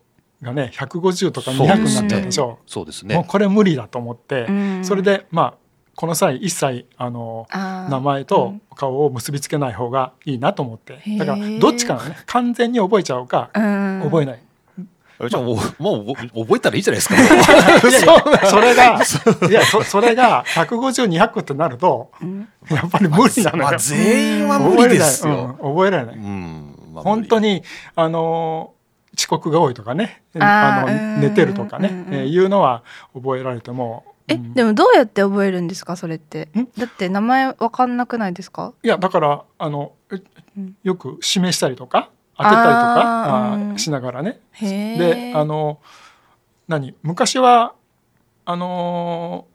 [SPEAKER 2] がね150とか200になっちゃうでしょ
[SPEAKER 1] そうです
[SPEAKER 2] うもう
[SPEAKER 1] ね
[SPEAKER 2] これ無理だと思って、
[SPEAKER 3] うん
[SPEAKER 2] それでまあこの際一切あの
[SPEAKER 3] あー
[SPEAKER 2] 名前と顔を結びつけない方がいいなと思って、
[SPEAKER 3] へー
[SPEAKER 2] だからどっちかなのね完全に覚えちゃうか
[SPEAKER 3] うん
[SPEAKER 2] 覚えない、
[SPEAKER 1] あじゃあ
[SPEAKER 3] [LAUGHS]
[SPEAKER 1] もうもう覚覚えたらいいじゃないですか
[SPEAKER 2] いやいやそれが、いや、そそれが、150、200ってなると、
[SPEAKER 3] うん
[SPEAKER 2] やっぱり無理なの
[SPEAKER 1] [LAUGHS] まあ
[SPEAKER 2] よ。
[SPEAKER 1] 全員は無
[SPEAKER 2] 覚
[SPEAKER 1] 理
[SPEAKER 2] えれ
[SPEAKER 1] で
[SPEAKER 2] ない。
[SPEAKER 1] す
[SPEAKER 2] うん
[SPEAKER 1] よ
[SPEAKER 2] 覚えられな
[SPEAKER 1] う
[SPEAKER 2] い。
[SPEAKER 1] んまあ無理
[SPEAKER 2] 本当に、あのー、遅刻が多いとかね、
[SPEAKER 3] ー
[SPEAKER 2] あ
[SPEAKER 3] うん
[SPEAKER 2] の寝てるとかね
[SPEAKER 3] うん、
[SPEAKER 2] えーいうのは覚えられても、
[SPEAKER 3] え
[SPEAKER 2] うん
[SPEAKER 3] でもどうやって覚えるんですかそれって
[SPEAKER 2] ん
[SPEAKER 3] だって名前わかんなくないですか
[SPEAKER 2] いや、だから、あのえ
[SPEAKER 3] うん、
[SPEAKER 2] よく示したりとか、当てたりとか
[SPEAKER 3] あー
[SPEAKER 2] あ
[SPEAKER 3] うん
[SPEAKER 2] ーしながらね、
[SPEAKER 3] へえ
[SPEAKER 2] であの何昔はあの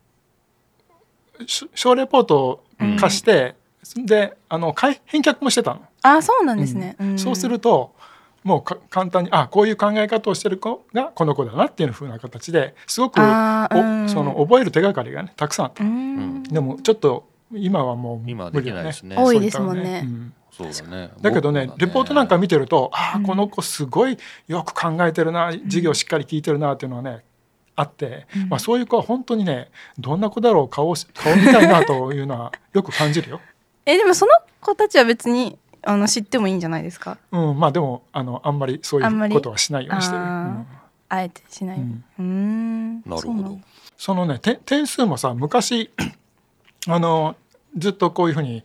[SPEAKER 2] ーし小レポートを貸して、であの返返却もしてたの、
[SPEAKER 3] あそうなんですね、
[SPEAKER 2] うん
[SPEAKER 3] ん
[SPEAKER 2] そうするともうか簡単にあこういう考え方をしてる子がこの子だなっていうふうな形ですごくお
[SPEAKER 3] あーうん
[SPEAKER 2] その覚える手がかりがねたくさんあった、
[SPEAKER 3] うん、
[SPEAKER 1] うん
[SPEAKER 2] でもちょっと今はもう
[SPEAKER 1] 今は
[SPEAKER 2] 無
[SPEAKER 1] で
[SPEAKER 2] 理
[SPEAKER 1] きな
[SPEAKER 2] だ
[SPEAKER 1] いですね
[SPEAKER 3] 多
[SPEAKER 2] そう
[SPEAKER 3] い
[SPEAKER 2] った
[SPEAKER 3] ですもんね
[SPEAKER 2] うん
[SPEAKER 1] そうだね
[SPEAKER 2] だけどね
[SPEAKER 1] 僕
[SPEAKER 2] レポートなんか
[SPEAKER 1] ね
[SPEAKER 2] 見てると、あ
[SPEAKER 3] う
[SPEAKER 2] あ
[SPEAKER 3] ん
[SPEAKER 2] この子すごいよく考えてるな授業しっかり聞いてるなっていうのはねあって、
[SPEAKER 3] うん
[SPEAKER 2] まあ、そういう子は本当にねどんな子だろう顔し顔見たいなというのはよく感じるよ。
[SPEAKER 3] えでもその子たちは別にあの知ってもいいんじゃないですか
[SPEAKER 2] うん、まあでもあのあんまりそうい
[SPEAKER 3] あんま
[SPEAKER 2] う
[SPEAKER 3] り
[SPEAKER 2] ことはしないようにしてる。
[SPEAKER 3] あ
[SPEAKER 2] う
[SPEAKER 3] ー
[SPEAKER 2] ん
[SPEAKER 3] あえてしない、う
[SPEAKER 2] うんん、
[SPEAKER 1] なる
[SPEAKER 3] そ
[SPEAKER 1] ほ
[SPEAKER 3] うな
[SPEAKER 1] ど
[SPEAKER 3] んだ
[SPEAKER 2] そのねて点数もさ昔 [CLEARS THROAT] あのずっとこういうふうに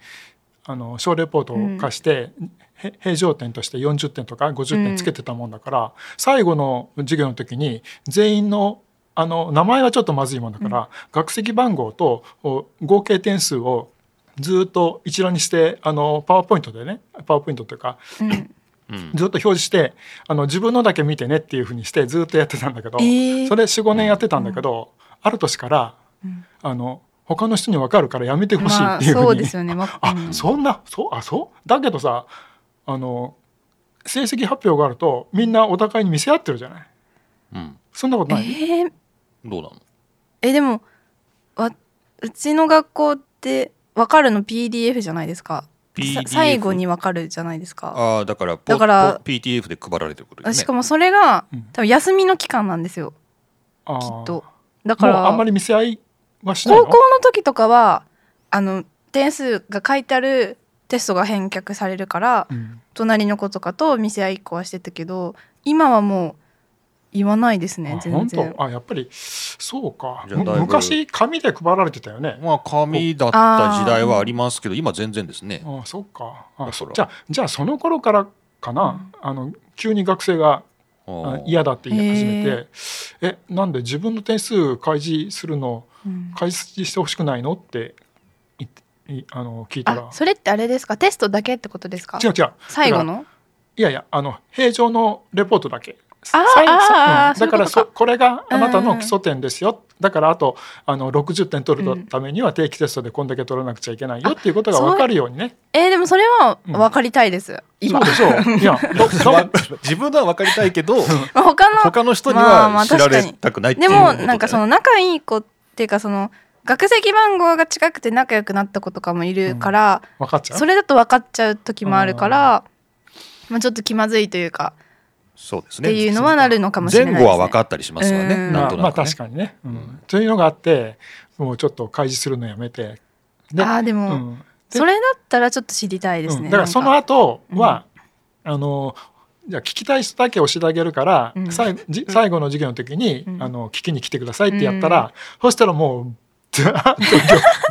[SPEAKER 2] あの小レポートを貸して、へ平常点として40点とか50
[SPEAKER 3] うん
[SPEAKER 2] 点つけてたもんだから、最後の授業の時に全員のあの名前はちょっとまずいもんだから、学籍番号とお合計点数をずっと一覧にしてあのパワーポイントでねパワーポイントというか
[SPEAKER 3] うん
[SPEAKER 1] うん
[SPEAKER 2] ずっと表示してあの自分のだけ見てねっていうふうにしてずっとやってたんだけど、
[SPEAKER 3] ええ
[SPEAKER 2] それ45年やってたんだけど、ある年から
[SPEAKER 3] うん
[SPEAKER 2] あの他の人に分かるからやめてほしい
[SPEAKER 3] ま
[SPEAKER 2] っ
[SPEAKER 3] あ
[SPEAKER 2] ていうふうに、
[SPEAKER 3] そうですよね。ま
[SPEAKER 2] [LAUGHS] あ
[SPEAKER 3] うん
[SPEAKER 2] そんなそうあそうだけどさあの成績発表があるとみんなお互いに見せ合ってるじゃない
[SPEAKER 1] うん
[SPEAKER 2] そんなこと
[SPEAKER 3] え
[SPEAKER 2] ない、
[SPEAKER 3] ー
[SPEAKER 1] どうなの
[SPEAKER 3] えでもわうちの学校って分かるの PDF じゃないですか。さ
[SPEAKER 1] PDF
[SPEAKER 3] 最後に分かるじゃないですか。
[SPEAKER 1] ああだから
[SPEAKER 3] だから
[SPEAKER 1] ポ PTF で配られてること
[SPEAKER 3] あ
[SPEAKER 1] です
[SPEAKER 3] し
[SPEAKER 1] ね
[SPEAKER 3] かもそれが
[SPEAKER 2] うん
[SPEAKER 3] 多分休みの期間なんですよ。
[SPEAKER 2] あ
[SPEAKER 3] きっ
[SPEAKER 2] ー
[SPEAKER 3] と。だか
[SPEAKER 2] もう
[SPEAKER 3] ら
[SPEAKER 2] あんまり見せ合いはしない
[SPEAKER 3] 高
[SPEAKER 2] の
[SPEAKER 3] 校の時とかはあの点数が書いてあるテストが返却されるから
[SPEAKER 2] うん
[SPEAKER 3] 隣の子とかと見せ合いっこはしてたけど今はもう言わないですね
[SPEAKER 2] あ
[SPEAKER 3] 全
[SPEAKER 2] 本
[SPEAKER 3] 然。
[SPEAKER 2] 当あやっぱりそうか
[SPEAKER 1] じゃあ
[SPEAKER 2] む
[SPEAKER 1] だいぶ
[SPEAKER 2] 昔紙で配られてたよね
[SPEAKER 1] まあ紙だった時代はありますけど今全然ですね
[SPEAKER 2] ああそうかあ
[SPEAKER 1] そら
[SPEAKER 2] じゃあじゃあその頃からかな、あの急に学生があ
[SPEAKER 1] あ
[SPEAKER 2] 嫌だって言い始め
[SPEAKER 3] へ
[SPEAKER 2] てえなんで自分の点数開示するの
[SPEAKER 3] うん
[SPEAKER 2] 開示してほしくないのって言っていあの聞いたら
[SPEAKER 3] あそれってあれですかテストだけってことですか
[SPEAKER 2] 違う違う
[SPEAKER 3] 最後の
[SPEAKER 2] いやいやあの平常のレポートだけ。
[SPEAKER 3] あー
[SPEAKER 2] さい
[SPEAKER 3] あー
[SPEAKER 2] さ
[SPEAKER 3] あー
[SPEAKER 2] だから
[SPEAKER 3] そういうことか
[SPEAKER 2] そこれがあなたの基礎点ですよ、だからあとあの60点取るためには定期テストでこんだけ取らなくちゃいけないよっていうことが分かるようにね
[SPEAKER 3] えーでもそれは
[SPEAKER 2] うん
[SPEAKER 3] 分かりたいです、今、
[SPEAKER 2] そうでしょう
[SPEAKER 3] [LAUGHS]
[SPEAKER 2] いやどど
[SPEAKER 1] わ [LAUGHS] 自分のは分かりたいけど
[SPEAKER 3] まあ他の
[SPEAKER 1] [LAUGHS] 他の人に
[SPEAKER 3] まあま
[SPEAKER 1] は
[SPEAKER 3] あ
[SPEAKER 1] 知ら
[SPEAKER 3] 確か
[SPEAKER 1] れ
[SPEAKER 3] に
[SPEAKER 1] たくないってい
[SPEAKER 3] で
[SPEAKER 1] うことだ
[SPEAKER 3] も
[SPEAKER 1] よね
[SPEAKER 3] なんかその仲いい子っていうかその学籍番号が近くて仲良くなった子とかもいるから、
[SPEAKER 2] 分かっちゃう
[SPEAKER 3] それだと分かっちゃう時もあるから、まあ、ちょっと気まずいというか、
[SPEAKER 1] そうです
[SPEAKER 3] っ
[SPEAKER 1] ね
[SPEAKER 3] ていうのはなるのかもしれないで
[SPEAKER 1] 前
[SPEAKER 3] す、ね、
[SPEAKER 1] 後は分かったりしますわね
[SPEAKER 3] うん
[SPEAKER 1] なん
[SPEAKER 2] まあ
[SPEAKER 1] と
[SPEAKER 2] まあ
[SPEAKER 1] なくね
[SPEAKER 2] 確かにね、う
[SPEAKER 1] う
[SPEAKER 2] ん
[SPEAKER 1] ん
[SPEAKER 2] というのがあってもうちょっと開示するのやめてで
[SPEAKER 3] ああで
[SPEAKER 2] う
[SPEAKER 3] も、
[SPEAKER 2] んで
[SPEAKER 3] それだったらちょっと知りたいですね、
[SPEAKER 2] うんだからその
[SPEAKER 3] なん
[SPEAKER 2] 後は、あのじゃあ聞きたい人だけ押し上げるから、
[SPEAKER 3] うん
[SPEAKER 2] さいじ最後の授業の時に、
[SPEAKER 3] うん
[SPEAKER 2] あの聞きに来てくださいってやったら、そしたらもうずらっと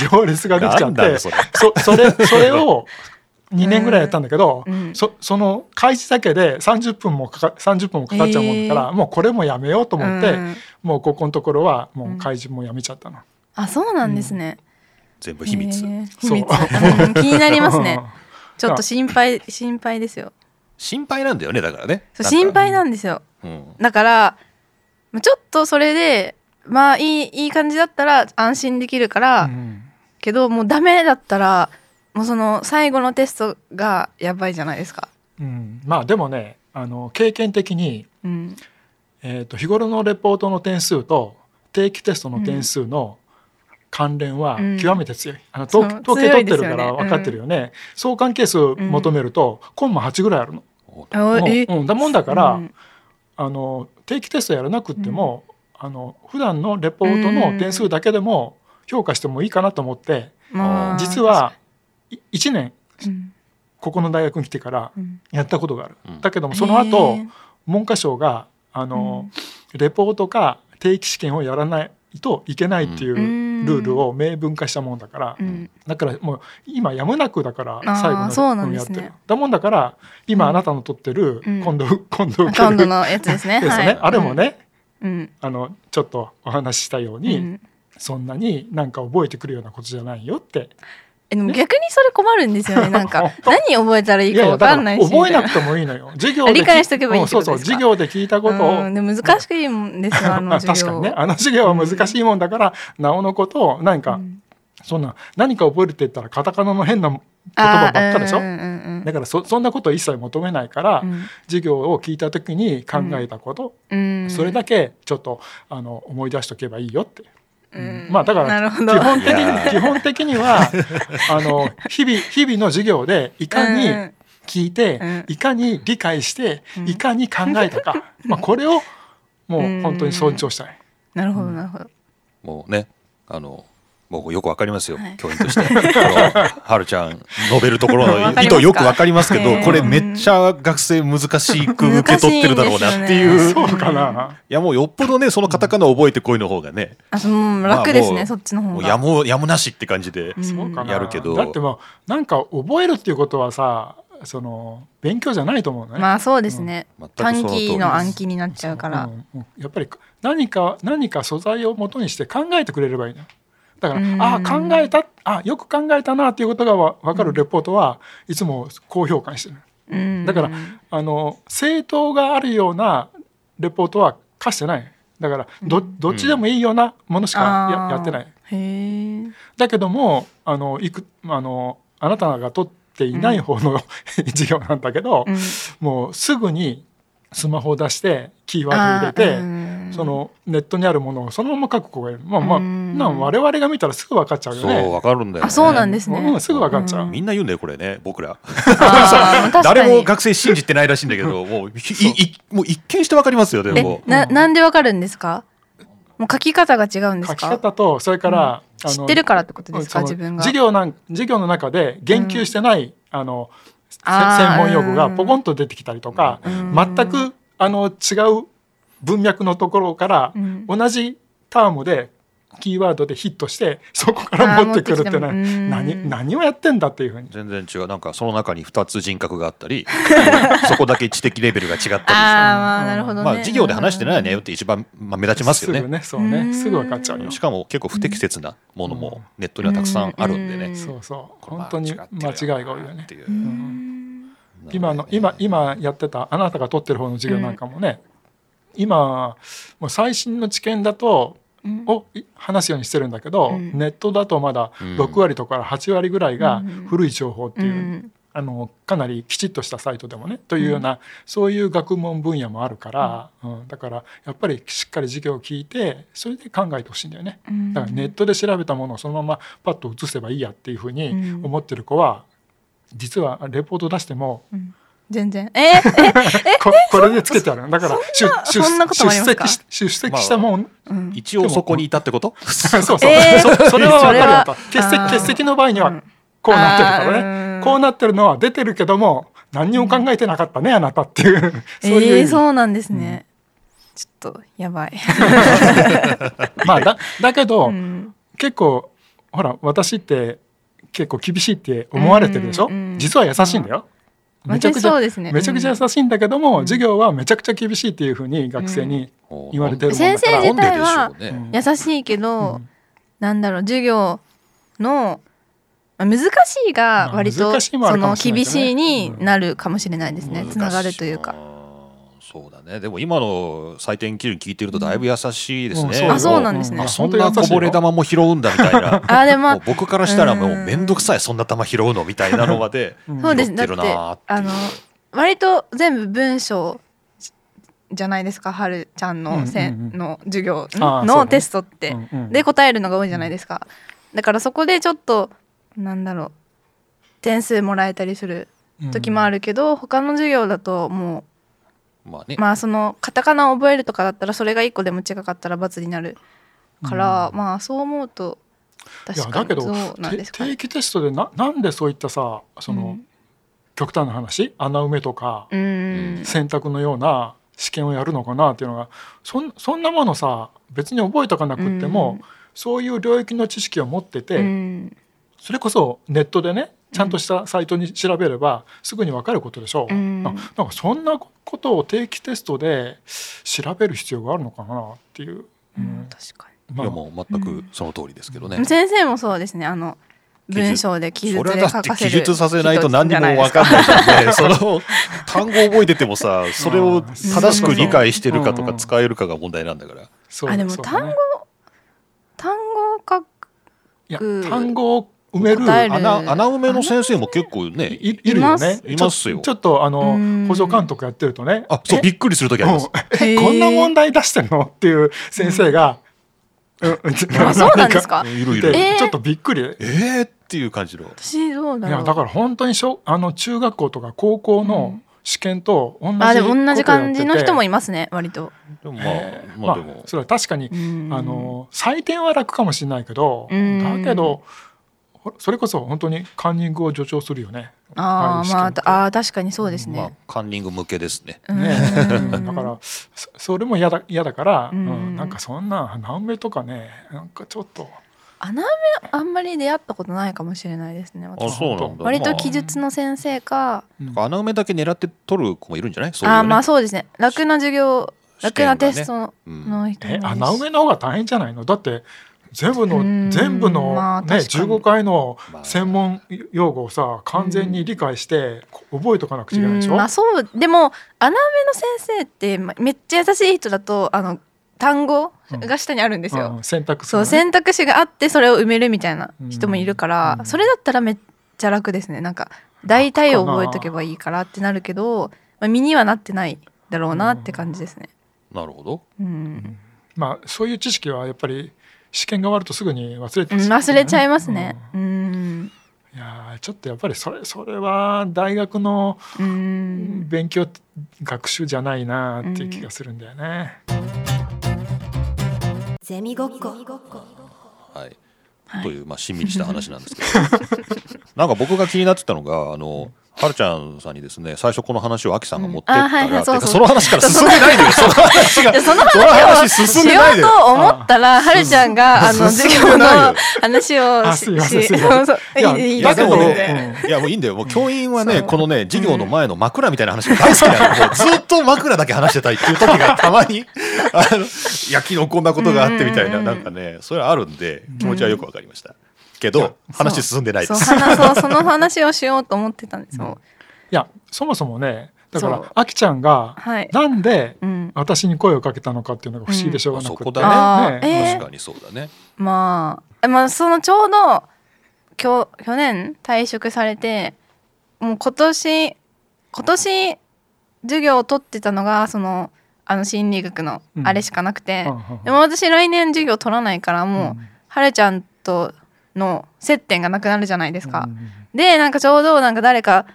[SPEAKER 2] 行行列ができちゃ
[SPEAKER 1] な
[SPEAKER 2] っ
[SPEAKER 1] んだろ
[SPEAKER 2] て
[SPEAKER 1] うそれ
[SPEAKER 2] そそれそれを2年ぐらいやったんだけど、
[SPEAKER 3] うん
[SPEAKER 2] そその開始だけで30分もかか30分もかかっちゃうもんだから、もうこれもやめようと思って、
[SPEAKER 3] うん
[SPEAKER 2] もうここのところはもう開示もやめちゃったの。
[SPEAKER 3] あそうなんですね、
[SPEAKER 1] 全部秘密
[SPEAKER 3] えー秘
[SPEAKER 2] そう
[SPEAKER 3] 密、うん気になりますねちょっ
[SPEAKER 2] あ
[SPEAKER 3] と心配心配ですよ
[SPEAKER 1] 心配なんだよねだからね
[SPEAKER 3] そう
[SPEAKER 1] なんか
[SPEAKER 3] 心配なんですよ
[SPEAKER 1] うん
[SPEAKER 3] だからまあちょっとそれでまあいいいい感じだったら安心できるから、
[SPEAKER 2] [LAUGHS] うん
[SPEAKER 3] けどもうダメだったらもうその最後のテストがやばいじゃないですか。
[SPEAKER 2] うん、まあでもねあの経験的に、
[SPEAKER 3] うん、
[SPEAKER 2] えー、と日頃のレポートの点数と定期テストの点数の関連は
[SPEAKER 3] うん
[SPEAKER 2] 極めて強い、あの
[SPEAKER 3] そう
[SPEAKER 2] 統計統計取ってる
[SPEAKER 3] 強いですよ
[SPEAKER 2] か
[SPEAKER 3] ね
[SPEAKER 2] ら分かってるよね相関係数求めると、コンマ8ぐらいあるの。
[SPEAKER 1] お
[SPEAKER 3] あ
[SPEAKER 2] もう
[SPEAKER 3] え
[SPEAKER 2] うん、だもんだから、
[SPEAKER 3] うん
[SPEAKER 2] あの定期テストやらなくっても、あの普段のレポートの点数だけでも評価してもいいかなと思って、
[SPEAKER 3] まあ、
[SPEAKER 2] 実はい1年
[SPEAKER 3] 確かに、うん
[SPEAKER 2] ここの大学に来てから
[SPEAKER 3] うん
[SPEAKER 2] やったことがある。
[SPEAKER 1] うん
[SPEAKER 2] だけどもその後、
[SPEAKER 3] えー
[SPEAKER 2] 文科省があの、レポートか定期試験をやらないといけないっていう
[SPEAKER 3] うん
[SPEAKER 2] ルールを明文化したもんだから、
[SPEAKER 3] うん
[SPEAKER 2] だからもう今やむなくだから
[SPEAKER 3] あー
[SPEAKER 2] 最後の
[SPEAKER 3] そうなんで
[SPEAKER 2] や
[SPEAKER 3] す
[SPEAKER 2] っ
[SPEAKER 3] ね
[SPEAKER 2] てるだもんだから今あなたの取ってる
[SPEAKER 3] うん
[SPEAKER 2] 今度、 [LAUGHS] 今度
[SPEAKER 3] ア
[SPEAKER 2] 受
[SPEAKER 3] カ
[SPEAKER 2] け
[SPEAKER 3] ウ
[SPEAKER 2] る
[SPEAKER 3] ントのやつです
[SPEAKER 2] [LAUGHS]
[SPEAKER 3] ね。
[SPEAKER 2] ですよね、
[SPEAKER 3] はい、
[SPEAKER 2] あれもね、
[SPEAKER 3] うん、
[SPEAKER 2] あのちょっとお話ししたよう
[SPEAKER 3] うん
[SPEAKER 2] に、
[SPEAKER 3] うん
[SPEAKER 2] そんなになんか覚えてくるようなことじゃないよって
[SPEAKER 3] えでも逆にそれ困るんですよね。なん
[SPEAKER 2] [LAUGHS]
[SPEAKER 3] か
[SPEAKER 2] 本当
[SPEAKER 3] 何覚えたらいいか
[SPEAKER 2] や
[SPEAKER 3] わ
[SPEAKER 2] だ
[SPEAKER 3] からんないし
[SPEAKER 2] 覚えな
[SPEAKER 3] み
[SPEAKER 2] くてもいいのよ授業
[SPEAKER 3] あ
[SPEAKER 2] で
[SPEAKER 3] 理解しとけばいいってこと
[SPEAKER 2] うんそうそう
[SPEAKER 3] ですか
[SPEAKER 2] 授業で聞いたこ
[SPEAKER 3] たい
[SPEAKER 2] と
[SPEAKER 3] な
[SPEAKER 2] を、
[SPEAKER 3] うんで難しくいいもんですよあの
[SPEAKER 2] あ
[SPEAKER 3] 授業
[SPEAKER 2] 確かにねあの授業は難しいもんだから、なおのことを何か、
[SPEAKER 3] うん
[SPEAKER 2] そんな何か覚えるって言ったらカタカナの変な言葉
[SPEAKER 3] あ
[SPEAKER 2] ばっかでしょ、
[SPEAKER 3] うんうん
[SPEAKER 2] だからそそんなこと一切求めないから、
[SPEAKER 3] うん
[SPEAKER 2] 授業を聞いた時に考えたこと、
[SPEAKER 3] うん、
[SPEAKER 2] それだけちょっとあの思い出しとけばいいよって。
[SPEAKER 3] うん
[SPEAKER 2] まあだか
[SPEAKER 3] な
[SPEAKER 2] ら
[SPEAKER 3] る
[SPEAKER 2] 基
[SPEAKER 3] ほど
[SPEAKER 2] 本的
[SPEAKER 1] いや
[SPEAKER 2] に
[SPEAKER 1] ー
[SPEAKER 2] 基本的にはあ
[SPEAKER 3] [LAUGHS]
[SPEAKER 2] の日々日々の授業でいかに
[SPEAKER 3] うん
[SPEAKER 2] 聞いて、
[SPEAKER 3] うん
[SPEAKER 2] いかに理解して、
[SPEAKER 3] うん
[SPEAKER 2] いかに考えたか、まあこれをもう本当に尊重したい。
[SPEAKER 3] なるほどなるほど。
[SPEAKER 1] もうねあのもうよくわかりますよ、
[SPEAKER 3] はい
[SPEAKER 1] 教員としてあのはるちゃん述べるところ
[SPEAKER 3] [LAUGHS] わ
[SPEAKER 1] の
[SPEAKER 3] か
[SPEAKER 1] 意
[SPEAKER 3] りますか
[SPEAKER 1] 図よくわかりますけど
[SPEAKER 3] ええ
[SPEAKER 1] これめっちゃ学生難しく受け取ってるだろうなって
[SPEAKER 3] 難しいん
[SPEAKER 1] い
[SPEAKER 3] で
[SPEAKER 1] う
[SPEAKER 3] す
[SPEAKER 1] い
[SPEAKER 3] よね
[SPEAKER 2] そうかな。
[SPEAKER 1] やもうよっぽどねそのカタカナ覚えてこいの方がね
[SPEAKER 3] あそううん
[SPEAKER 1] まあ
[SPEAKER 3] 楽です
[SPEAKER 1] も
[SPEAKER 3] ね
[SPEAKER 1] う
[SPEAKER 3] そっちの方
[SPEAKER 1] もう
[SPEAKER 3] が。
[SPEAKER 1] やむやむなしって感じで、
[SPEAKER 3] うん
[SPEAKER 2] そうかな
[SPEAKER 1] やるけど
[SPEAKER 2] だってもうなんか覚えるっていうことはさその勉強じゃないと思うね。
[SPEAKER 3] まあそうですね
[SPEAKER 1] うん。全
[SPEAKER 3] 短
[SPEAKER 1] くその通り
[SPEAKER 3] 期の暗記になっちゃうか
[SPEAKER 2] う
[SPEAKER 3] ら。
[SPEAKER 2] んうんやっぱり何か何か素材を元にして考えてくれればいいのよだから、
[SPEAKER 3] うん
[SPEAKER 2] ああ考えたあよく考えたなっていうことがわ分かるレポートはいつも高評価にしてる、
[SPEAKER 3] ううん
[SPEAKER 2] だから
[SPEAKER 3] う
[SPEAKER 2] あの正当があるようなレポートは課してないだからど,、
[SPEAKER 3] うん
[SPEAKER 2] どっちでもいいようなものしかや,、
[SPEAKER 3] あー
[SPEAKER 2] やってない
[SPEAKER 3] んへえ
[SPEAKER 2] だけどもあのいくあのあなたが取っていない方の、 [LAUGHS] 授業なんだけど、
[SPEAKER 3] うん
[SPEAKER 2] もうすぐにスマホを出してキーワード入れて、
[SPEAKER 3] あーうん
[SPEAKER 2] そのネットにあるものをそのまま書く子がいるまあまあ、
[SPEAKER 3] うん
[SPEAKER 2] なん我々が見たらすぐ分かっちゃうよ
[SPEAKER 1] そう
[SPEAKER 2] ね。
[SPEAKER 1] わかるんだよね
[SPEAKER 3] あそうなんですね
[SPEAKER 2] うんすぐ分かっちゃう、
[SPEAKER 3] うん
[SPEAKER 1] みんな言うんだよこれね僕ら
[SPEAKER 2] [LAUGHS]
[SPEAKER 3] あー確かに
[SPEAKER 1] 誰も学生信じてないらしいんだけどもうひいいもう一見してわかりますよでも
[SPEAKER 3] えななんでわかるんですかもう書き方が違うんで
[SPEAKER 2] 書
[SPEAKER 3] す
[SPEAKER 2] き
[SPEAKER 3] か
[SPEAKER 2] 方とそれから、あ
[SPEAKER 3] 知
[SPEAKER 2] の
[SPEAKER 3] ってるからってことですか
[SPEAKER 2] うんそ
[SPEAKER 3] 自
[SPEAKER 2] の
[SPEAKER 3] 分が
[SPEAKER 2] 授業なん授業の中で言及してない、あのせ
[SPEAKER 3] あー
[SPEAKER 2] 専門用語がポコンと出てきたりとか、
[SPEAKER 3] うん
[SPEAKER 2] 全くあの違う文脈のところから、
[SPEAKER 3] うん
[SPEAKER 2] 同じタームでキーワードでヒットしてそこから
[SPEAKER 3] あー
[SPEAKER 2] 持ってくるってね
[SPEAKER 3] 持ってきてもうん
[SPEAKER 2] 何何をやってんだっていうふうに
[SPEAKER 1] 全然違うなんかその中に2つ人格があった
[SPEAKER 3] [LAUGHS]
[SPEAKER 1] りそこだけ知的レベルが違ったりして
[SPEAKER 3] あーまあ
[SPEAKER 2] うん
[SPEAKER 3] なるほどね
[SPEAKER 1] まあ授業で話してないねよって一番、まあ、目立ちますよ
[SPEAKER 2] すぐ
[SPEAKER 1] ね。
[SPEAKER 2] ねそう
[SPEAKER 3] う
[SPEAKER 2] ね
[SPEAKER 3] ん
[SPEAKER 2] すぐ分かっちゃうよ
[SPEAKER 1] しかも結構不適切なものもネットにはたくさんあるんでね。
[SPEAKER 3] うん
[SPEAKER 2] そうそう
[SPEAKER 1] これ
[SPEAKER 2] 本当に間違いが多いよ
[SPEAKER 1] 間違っ
[SPEAKER 2] ね
[SPEAKER 1] てるよ
[SPEAKER 3] う
[SPEAKER 1] なっていうん
[SPEAKER 2] 今の今今やってたあなたが取ってる方の授業なんかもね、今もう最新の知見だと
[SPEAKER 3] うん
[SPEAKER 2] をい話すようにしてるんだけど、
[SPEAKER 3] うん
[SPEAKER 2] ネットだとまだ
[SPEAKER 1] うん
[SPEAKER 2] 6割とか8割ぐらいが
[SPEAKER 3] うんうん
[SPEAKER 2] 古い情報っていう、
[SPEAKER 3] うん
[SPEAKER 2] あのかなりきちっとしたサイトでもねというような、そういう学問分野もあるから、うんだからやっぱりしっかり授業を聞いてそれで考えてほしいんだよね。
[SPEAKER 3] うん
[SPEAKER 2] だからネットで調べたものをそのままパッと写せばいいやっていうふうに
[SPEAKER 3] うん
[SPEAKER 2] 思ってる子は、実はレポート出しても
[SPEAKER 3] うん全然え
[SPEAKER 2] [LAUGHS]
[SPEAKER 3] ーえ
[SPEAKER 2] ここれでつけてあるだから出出
[SPEAKER 3] そんなこともありますか
[SPEAKER 2] 出席し出席したもん、
[SPEAKER 3] うん
[SPEAKER 1] 一応そこにいたってこと？
[SPEAKER 2] そうそう、
[SPEAKER 3] えー
[SPEAKER 2] そそれは分かるよと
[SPEAKER 3] それ
[SPEAKER 2] 欠
[SPEAKER 3] はあー
[SPEAKER 2] 席欠席の場合にはこうなってるからね、
[SPEAKER 3] あー
[SPEAKER 2] こうなってるのは出てるけども何にも考えてなかったね、あなたっていうそういう
[SPEAKER 3] え
[SPEAKER 2] 意
[SPEAKER 3] ー
[SPEAKER 2] 味、
[SPEAKER 3] そうなんですねちょっとやばい
[SPEAKER 2] まあだだけ
[SPEAKER 3] [LAUGHS]
[SPEAKER 2] ど、
[SPEAKER 3] うん
[SPEAKER 2] 結構ほら私って結構厳しいって思われてるでしょ、
[SPEAKER 3] うんうんうん
[SPEAKER 2] 実は優しいんだよ、
[SPEAKER 3] まあ
[SPEAKER 2] めちゃくちゃ、
[SPEAKER 3] そうですね
[SPEAKER 2] めちゃくちゃ優しいんだけども、授業はめちゃくちゃ厳しいっていうふうに学生に言われてるもんだから、
[SPEAKER 3] 先生自体
[SPEAKER 1] な
[SPEAKER 3] は
[SPEAKER 1] んででしょうね。
[SPEAKER 2] うん
[SPEAKER 3] 優しいけど、
[SPEAKER 2] うん
[SPEAKER 3] なんだろう授業のまあ難しいが
[SPEAKER 2] まあ
[SPEAKER 3] 割と
[SPEAKER 2] 難しいもあ
[SPEAKER 3] そ
[SPEAKER 2] るか
[SPEAKER 3] の
[SPEAKER 2] もしれない
[SPEAKER 3] 厳
[SPEAKER 2] けどね
[SPEAKER 3] しいになるかもしれないですね
[SPEAKER 1] 難し
[SPEAKER 3] つながるという
[SPEAKER 1] あ
[SPEAKER 3] か
[SPEAKER 1] ーそうだね。でも今の採点基準聞いてるとだいぶ優しいですね。
[SPEAKER 3] あそうなんですね
[SPEAKER 1] あそんなこぼれ
[SPEAKER 2] だ
[SPEAKER 1] 玉も拾うんだみたいな。
[SPEAKER 3] あでも
[SPEAKER 1] もう僕からしたらもう面倒くさいそんな玉拾うのみたいなのま
[SPEAKER 3] [LAUGHS]
[SPEAKER 1] で
[SPEAKER 2] うん
[SPEAKER 3] そうです
[SPEAKER 1] 拾っ
[SPEAKER 3] だ
[SPEAKER 1] て
[SPEAKER 3] って
[SPEAKER 1] るなーっていう
[SPEAKER 3] あの割と全部文章じゃないですかはるちゃん
[SPEAKER 2] うんうんう
[SPEAKER 3] の
[SPEAKER 2] ん
[SPEAKER 3] せんの授業ん
[SPEAKER 2] あーそう
[SPEAKER 3] の
[SPEAKER 2] ね
[SPEAKER 3] テストって
[SPEAKER 2] うんうん
[SPEAKER 3] で答えるのが多いじゃないですかだからそこでちょっとなんだろう点数もらえたりする時もあ
[SPEAKER 2] る、
[SPEAKER 3] るけど他の授業だともう
[SPEAKER 1] まあね。
[SPEAKER 3] まあそのカタカナを覚えるとかだったらそれが一個でも違かったら罰になるから、
[SPEAKER 2] うん
[SPEAKER 3] まあそう思うと
[SPEAKER 2] いや
[SPEAKER 3] 確か
[SPEAKER 2] だけ
[SPEAKER 3] に
[SPEAKER 2] ど、
[SPEAKER 3] そうなんで
[SPEAKER 2] て
[SPEAKER 3] すかね
[SPEAKER 2] 定。期テストでななんでそういったさその、
[SPEAKER 3] うん
[SPEAKER 2] 極端な話穴埋めとか、
[SPEAKER 3] うん
[SPEAKER 2] 選択のような試験をやるのかなっていうのがそんそんなものさ別に覚えとかなくっても、
[SPEAKER 3] うん
[SPEAKER 2] そういう領域の知識を持ってて、
[SPEAKER 3] うん
[SPEAKER 2] それこそネットでねちゃんとしたサイトに調べればすぐに分かることでしょう、
[SPEAKER 3] うん
[SPEAKER 2] ななんかそんなことを定期テストで調べる必要があるのかなっていう、う
[SPEAKER 3] うんん確か
[SPEAKER 1] い
[SPEAKER 2] まあ
[SPEAKER 1] やもう全くその通りですけどね。
[SPEAKER 3] に先生もそうですねあの
[SPEAKER 1] 記述
[SPEAKER 3] 文章で記述
[SPEAKER 1] それ
[SPEAKER 3] で
[SPEAKER 1] は
[SPEAKER 3] 書
[SPEAKER 1] だって
[SPEAKER 3] かせ
[SPEAKER 1] 記
[SPEAKER 3] る
[SPEAKER 1] 述させないと何にも分かん
[SPEAKER 3] い
[SPEAKER 1] ないじゃんねその単語覚えてても
[SPEAKER 3] [LAUGHS]
[SPEAKER 1] さそれを正しく理解してるかと
[SPEAKER 2] うんう
[SPEAKER 1] か
[SPEAKER 2] ん
[SPEAKER 1] 使えるかが問題なんだから
[SPEAKER 2] そう
[SPEAKER 3] あでも
[SPEAKER 2] そうだ
[SPEAKER 3] 単語
[SPEAKER 2] ね
[SPEAKER 3] 単語を書く
[SPEAKER 2] いや
[SPEAKER 3] く
[SPEAKER 2] 単語を埋める
[SPEAKER 3] 答える
[SPEAKER 1] 穴穴埋めの先生も結構ね
[SPEAKER 2] いいるよね
[SPEAKER 1] いますよ
[SPEAKER 2] ちょちょっとあの
[SPEAKER 3] うん
[SPEAKER 2] 補助監督やってるとね
[SPEAKER 1] あそう
[SPEAKER 2] え
[SPEAKER 1] びっくりする時あります
[SPEAKER 2] え
[SPEAKER 3] へー
[SPEAKER 2] こんな問題出してんのっていう先生が、うん
[SPEAKER 3] あそうなん
[SPEAKER 2] [LAUGHS]
[SPEAKER 3] ですか
[SPEAKER 1] うんいるい
[SPEAKER 2] いて
[SPEAKER 1] る
[SPEAKER 3] えー
[SPEAKER 2] ちょっとびっくり。
[SPEAKER 1] えーっていう感じの
[SPEAKER 3] 私どう
[SPEAKER 2] い
[SPEAKER 3] だろ
[SPEAKER 2] や
[SPEAKER 3] う
[SPEAKER 2] だから本当に小あの中学校とか高校の試験と同じ
[SPEAKER 3] あでも同じ感じの人も
[SPEAKER 2] い
[SPEAKER 3] いますね割と。
[SPEAKER 1] でもま
[SPEAKER 2] え
[SPEAKER 1] あ
[SPEAKER 2] ー
[SPEAKER 1] ま
[SPEAKER 2] ま
[SPEAKER 1] あ
[SPEAKER 2] あ
[SPEAKER 1] でも
[SPEAKER 2] それは確かに、
[SPEAKER 3] うん
[SPEAKER 2] あの採点は楽かもしれないけど、
[SPEAKER 3] うん
[SPEAKER 2] だけどほそれこそ本当にカンニングを助長するよね。
[SPEAKER 3] あ
[SPEAKER 2] ああいう
[SPEAKER 3] ー
[SPEAKER 2] 試験
[SPEAKER 3] ま
[SPEAKER 2] って
[SPEAKER 3] ああー確かにそうです
[SPEAKER 1] まあ
[SPEAKER 3] ね。
[SPEAKER 1] カンニング向けですね
[SPEAKER 3] うん
[SPEAKER 2] ね、 [LAUGHS]
[SPEAKER 1] [LAUGHS]
[SPEAKER 2] だからそそれも嫌だ嫌だから、
[SPEAKER 3] う
[SPEAKER 2] うんんなんかそんな何目とかねなんかちょっと
[SPEAKER 3] 穴埋めあんまり出会ったことないかもしれないですね私
[SPEAKER 1] あそうなんだ
[SPEAKER 3] 割と記
[SPEAKER 1] ま
[SPEAKER 3] 述の先生か、
[SPEAKER 1] あ穴埋めだけ狙って取る子もいるんじゃないそういう
[SPEAKER 3] あ
[SPEAKER 1] ね
[SPEAKER 3] あまあそうですね楽な授業
[SPEAKER 1] 試
[SPEAKER 3] 楽
[SPEAKER 1] 験が
[SPEAKER 3] な
[SPEAKER 1] ね
[SPEAKER 3] テスト
[SPEAKER 1] うん
[SPEAKER 3] の人もいるし
[SPEAKER 2] え穴埋めの方が大変じゃないのだって全部
[SPEAKER 3] う
[SPEAKER 2] の
[SPEAKER 3] ん
[SPEAKER 2] 全部の、
[SPEAKER 3] まあ
[SPEAKER 2] ね、
[SPEAKER 3] 確かに
[SPEAKER 2] 15回の
[SPEAKER 1] まあ
[SPEAKER 2] 専門用語をさ完全に理解して、こ覚えとかなくちゃいけないでしょ、
[SPEAKER 3] うんまあそうでも穴埋めの先生ってまめっちゃ優しい人だとあの単語が下にあるんですよ。
[SPEAKER 2] うん選択肢
[SPEAKER 3] そう
[SPEAKER 2] がね
[SPEAKER 3] 選択肢があってそれを埋めるみたいな人もいるから、
[SPEAKER 2] うん
[SPEAKER 3] それだったらめっちゃ楽ですねなんか大体を覚えとけばいいからってなるけど、まあ、身にはなってないだろうなって感じですね。
[SPEAKER 1] なるほど
[SPEAKER 3] うん
[SPEAKER 2] まあそういう知識はやっぱり試験が終わるとすぐに忘れて
[SPEAKER 3] うん
[SPEAKER 2] しまう
[SPEAKER 3] 忘れちゃいますね。
[SPEAKER 2] うん
[SPEAKER 3] うん
[SPEAKER 2] いやーちょっとやっぱりそれそれは大学の
[SPEAKER 3] うん
[SPEAKER 2] 勉強、学習じゃないなーっていう気がするんだよね。
[SPEAKER 4] ゼミごっこ
[SPEAKER 1] はい
[SPEAKER 3] はい
[SPEAKER 1] という、まあ、しんみりした話なんですけど [LAUGHS] なんか僕が気になってたのがあのはるちゃんさんにですね最初この話をあきさんが持ってったら、
[SPEAKER 3] うんあはい
[SPEAKER 1] っ
[SPEAKER 3] はい
[SPEAKER 1] て
[SPEAKER 3] そう
[SPEAKER 1] か
[SPEAKER 3] そう
[SPEAKER 1] その話から進んでないで
[SPEAKER 3] [LAUGHS]
[SPEAKER 1] よその話が
[SPEAKER 3] いやその
[SPEAKER 1] その話
[SPEAKER 3] 話を
[SPEAKER 1] 進ん
[SPEAKER 3] し
[SPEAKER 1] で
[SPEAKER 3] よ
[SPEAKER 1] ないで
[SPEAKER 3] う
[SPEAKER 1] よ
[SPEAKER 3] と思ったら、はるちゃんが、あの、
[SPEAKER 1] 進
[SPEAKER 3] 授
[SPEAKER 1] んで
[SPEAKER 3] 業の
[SPEAKER 1] ないよ
[SPEAKER 3] 話を
[SPEAKER 2] あ
[SPEAKER 3] し、
[SPEAKER 2] すいません
[SPEAKER 3] し
[SPEAKER 2] すいません
[SPEAKER 3] そうそういい
[SPEAKER 2] いや
[SPEAKER 3] いいいい
[SPEAKER 1] だけど
[SPEAKER 3] 全
[SPEAKER 2] ね
[SPEAKER 3] 然
[SPEAKER 1] いやもういいんだよもう教員はね
[SPEAKER 3] そう
[SPEAKER 1] このね授業の前の枕みたいな話が大好きなの、もうずっと枕だけ話してたいっていう時がたま
[SPEAKER 3] [LAUGHS]
[SPEAKER 1] にあのいや昨日こんなことがあってみたいな、
[SPEAKER 3] うん
[SPEAKER 1] なんかねそれはあるんで気持ちはよくわかりました、けど話進んでないで
[SPEAKER 3] そう
[SPEAKER 1] す
[SPEAKER 3] 話そうその話をしようと思ってたんですよ。
[SPEAKER 2] いやそもそもねだか
[SPEAKER 3] そう
[SPEAKER 2] らあきちゃんが
[SPEAKER 3] はい
[SPEAKER 2] なんで
[SPEAKER 3] うん、
[SPEAKER 2] 私に声をかけたのかっていうのが不思議でしょうがなく
[SPEAKER 1] う
[SPEAKER 2] て、
[SPEAKER 1] んそこ
[SPEAKER 3] だねあーえ
[SPEAKER 1] 確かにそうだね、
[SPEAKER 3] まあえまあそのちょうど去去年退職されてもう今年今年授業を取ってたのがそのあの心理学の
[SPEAKER 2] うん
[SPEAKER 3] あれしかなくて、
[SPEAKER 2] うんうんうん
[SPEAKER 3] でも私来年授業取らないからもう、
[SPEAKER 2] うん
[SPEAKER 3] はるちゃんとの接点がなくなるじゃないですか。
[SPEAKER 2] うん
[SPEAKER 3] でなんかちょうどなんか誰か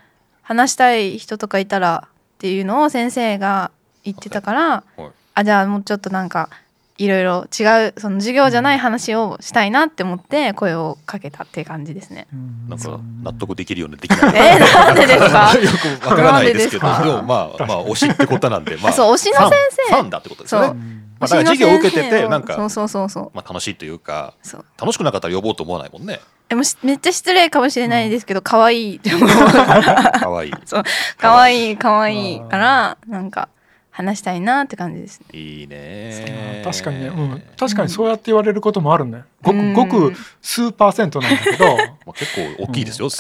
[SPEAKER 3] 話したい人とかいたらっていうのを先生が言ってたから
[SPEAKER 1] はい
[SPEAKER 3] あじゃあもうちょっとなんかいろいろ違うその授業じゃない話をしたいなって思って声をかけたっていう感じです
[SPEAKER 1] [LAUGHS]
[SPEAKER 3] ね。
[SPEAKER 2] うん
[SPEAKER 1] なん
[SPEAKER 2] そう
[SPEAKER 1] か納得できるようにできない
[SPEAKER 3] えー、なんで
[SPEAKER 1] [LAUGHS]
[SPEAKER 3] ですか
[SPEAKER 1] よくわからないですけど、
[SPEAKER 3] なんでですか
[SPEAKER 1] でもまあ、まあ、推しってことなんで、まあ、
[SPEAKER 3] そう推しの先生
[SPEAKER 1] ファンファンだってことですよ
[SPEAKER 3] そ
[SPEAKER 1] ね。
[SPEAKER 2] う
[SPEAKER 3] う
[SPEAKER 2] ん
[SPEAKER 1] まあ、だから授業を受けて、
[SPEAKER 3] 推しての先生を
[SPEAKER 1] なん
[SPEAKER 3] そ
[SPEAKER 1] か
[SPEAKER 3] う、そうそうそう
[SPEAKER 1] まあ、楽しいというか、
[SPEAKER 3] そう
[SPEAKER 1] 楽しくなかったら呼ぼうと思わないもん
[SPEAKER 3] [LAUGHS]
[SPEAKER 1] ね。
[SPEAKER 3] えもうしめっちゃ失礼かもしれないですけど可愛いって
[SPEAKER 1] [LAUGHS]
[SPEAKER 3] 思う
[SPEAKER 1] 可愛い
[SPEAKER 3] そう可愛い可愛いからなんか話したいなって感じですね。
[SPEAKER 1] い。いいね。
[SPEAKER 2] 確かにね、うん、確かにそうやって言われることもあるんだよごくご
[SPEAKER 3] う
[SPEAKER 2] く
[SPEAKER 3] ん
[SPEAKER 2] 数パーセントなんだけど
[SPEAKER 1] まあ、結構大きいですよ。
[SPEAKER 2] い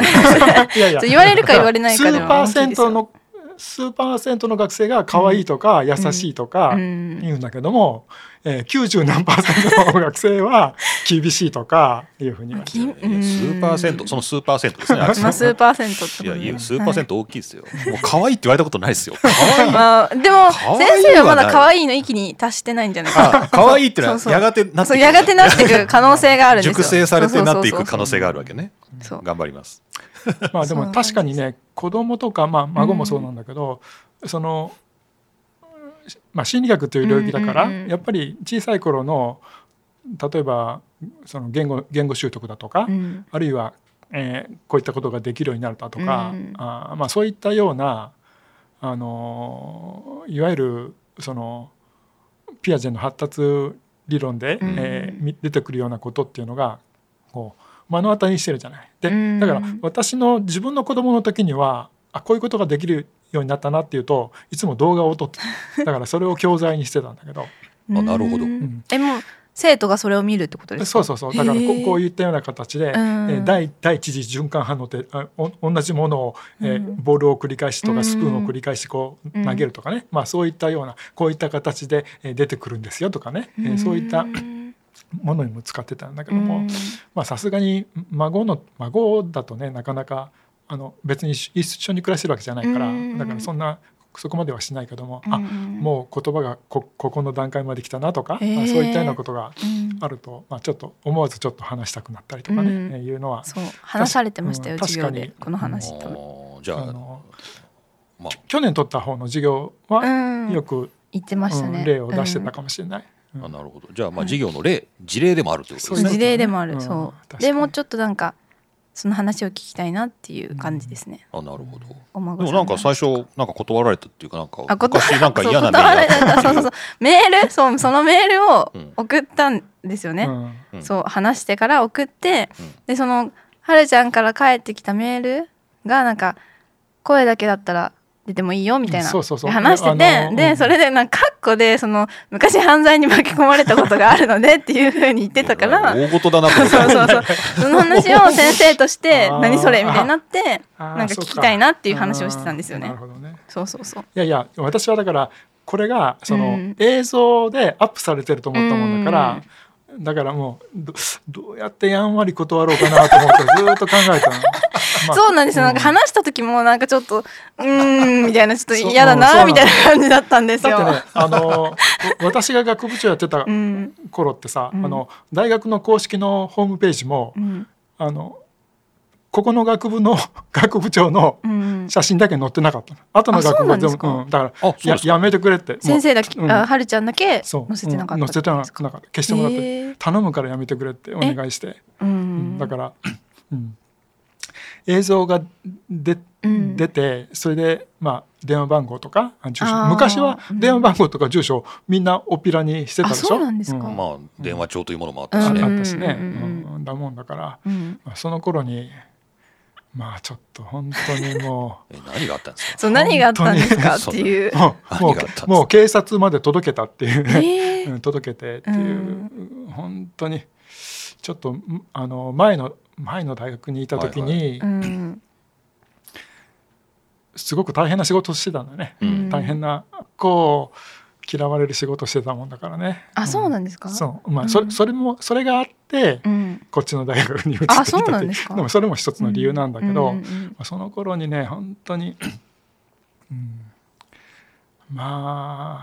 [SPEAKER 2] やいや
[SPEAKER 3] そう言われるか言われないかで
[SPEAKER 2] 数
[SPEAKER 3] は
[SPEAKER 2] パ
[SPEAKER 3] 大
[SPEAKER 2] ー
[SPEAKER 3] き
[SPEAKER 2] セ
[SPEAKER 3] い
[SPEAKER 2] ン
[SPEAKER 3] ですよ
[SPEAKER 2] トの数パーセントの学生が可愛いとか優しいとか
[SPEAKER 3] う
[SPEAKER 2] 言
[SPEAKER 3] ん
[SPEAKER 2] うんだけども、えー、90何パーセントの学生は厳しいとかいうふうには
[SPEAKER 1] 数パーセント、その数パーセントですね。
[SPEAKER 3] まあ、数パーセントっ
[SPEAKER 1] い
[SPEAKER 3] てこ
[SPEAKER 1] や、
[SPEAKER 3] とで
[SPEAKER 1] いや数パーセン
[SPEAKER 3] ト、
[SPEAKER 1] ト大きいですよ。もう可愛いって言われたことないですよ。可愛い。
[SPEAKER 3] [LAUGHS] まあ、でも
[SPEAKER 1] 可愛いは
[SPEAKER 3] 先
[SPEAKER 1] ない
[SPEAKER 3] 生はまだ可愛いの域に達してないんじゃないか
[SPEAKER 1] あ可愛いってのは
[SPEAKER 3] そうそう
[SPEAKER 1] やがてなって
[SPEAKER 3] そう
[SPEAKER 1] くる
[SPEAKER 3] やがてなってくる可能性があるんですよ
[SPEAKER 1] 熟成されてなっていく可能性
[SPEAKER 3] が
[SPEAKER 1] があるわけね。
[SPEAKER 3] そう
[SPEAKER 1] 頑張ります。
[SPEAKER 2] [LAUGHS] まあで
[SPEAKER 3] そう
[SPEAKER 2] も確かにね子供とか、まあ、孫もそうなんだけど、その、まあ、心理学という領域だから、
[SPEAKER 3] うんうんうん
[SPEAKER 2] やっぱり小さい頃の例えばその言語言語習得だとか、
[SPEAKER 3] うん
[SPEAKER 2] あるいは、えーこういったことができるようになるだとか、
[SPEAKER 3] うん
[SPEAKER 2] あーまあ、そういったような、あのーいわゆるそのピアジェの発達理論で、
[SPEAKER 3] うん
[SPEAKER 2] えーみ出てくるようなことっていうのがこう目の当たりにしてるじゃない。で
[SPEAKER 3] うん
[SPEAKER 2] だから私の自分の子供の時にはあこういうことができるようになったなっていうといつも動画を撮ってだからそれを教材にしてたんだけど。
[SPEAKER 1] あなるほど
[SPEAKER 3] う
[SPEAKER 1] うん
[SPEAKER 2] ん
[SPEAKER 3] えもう生徒がそれを見るってことです
[SPEAKER 2] そ
[SPEAKER 3] か
[SPEAKER 2] うそうそうだから
[SPEAKER 3] へ
[SPEAKER 2] こ
[SPEAKER 3] ー
[SPEAKER 2] こういったような形で、え
[SPEAKER 3] ん
[SPEAKER 2] ー第第一次循環反応ってあお同じものを、えー
[SPEAKER 3] うん
[SPEAKER 2] ボールを繰り返しと
[SPEAKER 3] う
[SPEAKER 2] か
[SPEAKER 3] ん
[SPEAKER 2] スプーンを繰り返しこう
[SPEAKER 3] うん
[SPEAKER 2] 投げるとかね、まあ、そういったようなこういった形でえー出てくるんですよとかね、えーそういった
[SPEAKER 3] うん
[SPEAKER 2] ものにも使ってたんだけ
[SPEAKER 3] う
[SPEAKER 2] ども
[SPEAKER 3] ん
[SPEAKER 2] まあさすがに孫の孫だとねなかなかあの別に一一緒に暮らしてるわけじゃないから
[SPEAKER 3] うん
[SPEAKER 2] だからそんなそこまではしないけども、
[SPEAKER 3] う
[SPEAKER 2] あ
[SPEAKER 3] ん
[SPEAKER 2] もう言葉がこここの段階まで来たなとか、
[SPEAKER 3] へー
[SPEAKER 2] まあそういったようなことが
[SPEAKER 3] うん
[SPEAKER 2] あると、まあ、ちょっと思わずちょっと話したくなったりとかね、
[SPEAKER 3] うん
[SPEAKER 2] えーいうのは
[SPEAKER 3] そう話されてました
[SPEAKER 2] う
[SPEAKER 3] よ
[SPEAKER 2] ん
[SPEAKER 3] 授業
[SPEAKER 2] 確
[SPEAKER 3] で
[SPEAKER 2] かに
[SPEAKER 3] この話多分
[SPEAKER 1] おーじゃ
[SPEAKER 2] あ
[SPEAKER 1] あ、
[SPEAKER 2] の
[SPEAKER 1] まあ、
[SPEAKER 2] 去年取った方の授業は
[SPEAKER 3] うん
[SPEAKER 2] よく、
[SPEAKER 3] 言ってました
[SPEAKER 2] う
[SPEAKER 3] ね
[SPEAKER 2] ん例を出してたかもしれない。うん
[SPEAKER 1] あなるほどじゃあまあ事業の例、事例でもあるということ
[SPEAKER 3] そ
[SPEAKER 1] です
[SPEAKER 3] う
[SPEAKER 1] ね
[SPEAKER 3] 事例でもある、
[SPEAKER 2] うん
[SPEAKER 3] そ
[SPEAKER 2] 確か
[SPEAKER 3] う
[SPEAKER 2] に
[SPEAKER 3] でもうちょっとなんかその話を聞きたいなっていう感じですね、
[SPEAKER 1] あなるほど
[SPEAKER 3] お孫
[SPEAKER 1] で
[SPEAKER 3] さ
[SPEAKER 1] も
[SPEAKER 3] んが
[SPEAKER 1] なんか最初なんか断られたっていうかなんか
[SPEAKER 3] あ断
[SPEAKER 1] 昔なんか
[SPEAKER 3] そう
[SPEAKER 1] 嫌な
[SPEAKER 3] 断
[SPEAKER 1] 目
[SPEAKER 3] られ
[SPEAKER 1] に
[SPEAKER 3] た
[SPEAKER 1] 遭
[SPEAKER 3] そうそう
[SPEAKER 1] [LAUGHS]
[SPEAKER 3] そうメールそうそのメールを
[SPEAKER 1] うん
[SPEAKER 3] 送ったんですよね、
[SPEAKER 2] うん
[SPEAKER 1] うん
[SPEAKER 3] そう話してから送って、
[SPEAKER 1] うん
[SPEAKER 3] でそのはるちゃんから返ってきたメールがなんか声だけだったら出てもいいよみたいな
[SPEAKER 2] そうそうそう
[SPEAKER 3] 話し
[SPEAKER 2] い
[SPEAKER 3] て
[SPEAKER 2] やあ
[SPEAKER 3] て
[SPEAKER 2] のう
[SPEAKER 3] で
[SPEAKER 2] ん
[SPEAKER 3] それでなんかカッコでその昔犯罪に巻き込まれたことがあるのでっていうふうに言ってたから
[SPEAKER 1] 大事だなと
[SPEAKER 3] そ
[SPEAKER 1] 思
[SPEAKER 3] う
[SPEAKER 1] って
[SPEAKER 3] そうそうその話を先生として
[SPEAKER 2] あー
[SPEAKER 3] 何それみたいになって
[SPEAKER 2] あー
[SPEAKER 3] なんか
[SPEAKER 2] そ
[SPEAKER 3] 聞
[SPEAKER 2] う
[SPEAKER 3] きたいなっていう話をしてたんですよ
[SPEAKER 2] あー
[SPEAKER 3] ね
[SPEAKER 2] なるほどね。
[SPEAKER 3] そうそうそう
[SPEAKER 2] いやいや私はだからこれがその、
[SPEAKER 3] うん
[SPEAKER 2] 映像でアップされてると思ったもんだから、だからもうどどうやってやんわり断ろうかなと思ってずーっと考え
[SPEAKER 3] [LAUGHS]
[SPEAKER 2] たの。まあ
[SPEAKER 3] そうなんですよ、
[SPEAKER 2] う
[SPEAKER 3] なんか話した時もなんかちょっとうーんみたいなちょっと嫌だな
[SPEAKER 2] そう
[SPEAKER 3] みたいな感じだったんですよ。
[SPEAKER 2] だってね、あのーわ私が学部長やってた
[SPEAKER 3] うん
[SPEAKER 2] 頃ってさ、
[SPEAKER 3] うん
[SPEAKER 2] あの大学の公式のホームページも、
[SPEAKER 3] うん
[SPEAKER 2] あのここの学部の [LAUGHS] 学部長の
[SPEAKER 3] うん、
[SPEAKER 2] 写真だけ載ってなかったの。後の
[SPEAKER 3] あ
[SPEAKER 2] 学部は全
[SPEAKER 3] そう
[SPEAKER 2] 部
[SPEAKER 3] なん
[SPEAKER 2] うんだから
[SPEAKER 1] あそう
[SPEAKER 2] や
[SPEAKER 1] ですか
[SPEAKER 2] やめてくれってもう
[SPEAKER 3] 先生だけ、
[SPEAKER 2] うん
[SPEAKER 3] あはるちゃんだけ載
[SPEAKER 2] そう
[SPEAKER 3] せてなかっ
[SPEAKER 2] う
[SPEAKER 3] た
[SPEAKER 2] ん載せてなか
[SPEAKER 3] ですか
[SPEAKER 2] った消してもらって、
[SPEAKER 3] へー
[SPEAKER 2] 頼むからやめてくれってお願いして、
[SPEAKER 3] う
[SPEAKER 2] うん
[SPEAKER 3] ん、
[SPEAKER 2] だから、 [CLEARS THROAT] うん映像がで、
[SPEAKER 3] うん
[SPEAKER 2] 出てそれでまあ電話番号とかあ住所
[SPEAKER 3] あー
[SPEAKER 2] 昔は電話番号とか住所をみんなおピラにしてたでしょ
[SPEAKER 3] あそうなんですか
[SPEAKER 1] まあ電話帳というものもあっ
[SPEAKER 2] あ
[SPEAKER 1] たしね、
[SPEAKER 2] あったしね、
[SPEAKER 3] う
[SPEAKER 2] うん
[SPEAKER 3] うんうん
[SPEAKER 2] んだもんだから、
[SPEAKER 3] うん
[SPEAKER 2] まあ、その頃にまあちょっと本当にも
[SPEAKER 1] え何があったんですか
[SPEAKER 3] そう何があったんですかっ
[SPEAKER 2] [LAUGHS]
[SPEAKER 3] ていう [LAUGHS]
[SPEAKER 2] う。もうも
[SPEAKER 1] 何があったんです
[SPEAKER 2] うもう警察まで届けたっていうね、
[SPEAKER 3] え
[SPEAKER 2] [LAUGHS]
[SPEAKER 3] ー
[SPEAKER 2] うん届けてっていう、本当にちょっとんあの前の前の大学にいた時に、
[SPEAKER 3] うん
[SPEAKER 2] すごく大変な仕事をしてたんだよね、
[SPEAKER 1] うん
[SPEAKER 2] 大変なこう嫌われる仕事をしてたもんだからね
[SPEAKER 3] あそうなんんですか。
[SPEAKER 2] そうまあそれ
[SPEAKER 3] うん
[SPEAKER 2] それもそれがあって、
[SPEAKER 3] うん。
[SPEAKER 2] こっちの大学に移ってきた
[SPEAKER 3] あ
[SPEAKER 2] って
[SPEAKER 3] そうなんですか
[SPEAKER 2] でもそれも一つの理由なんだけど、
[SPEAKER 3] うん
[SPEAKER 2] まあその頃にね本当に、うんま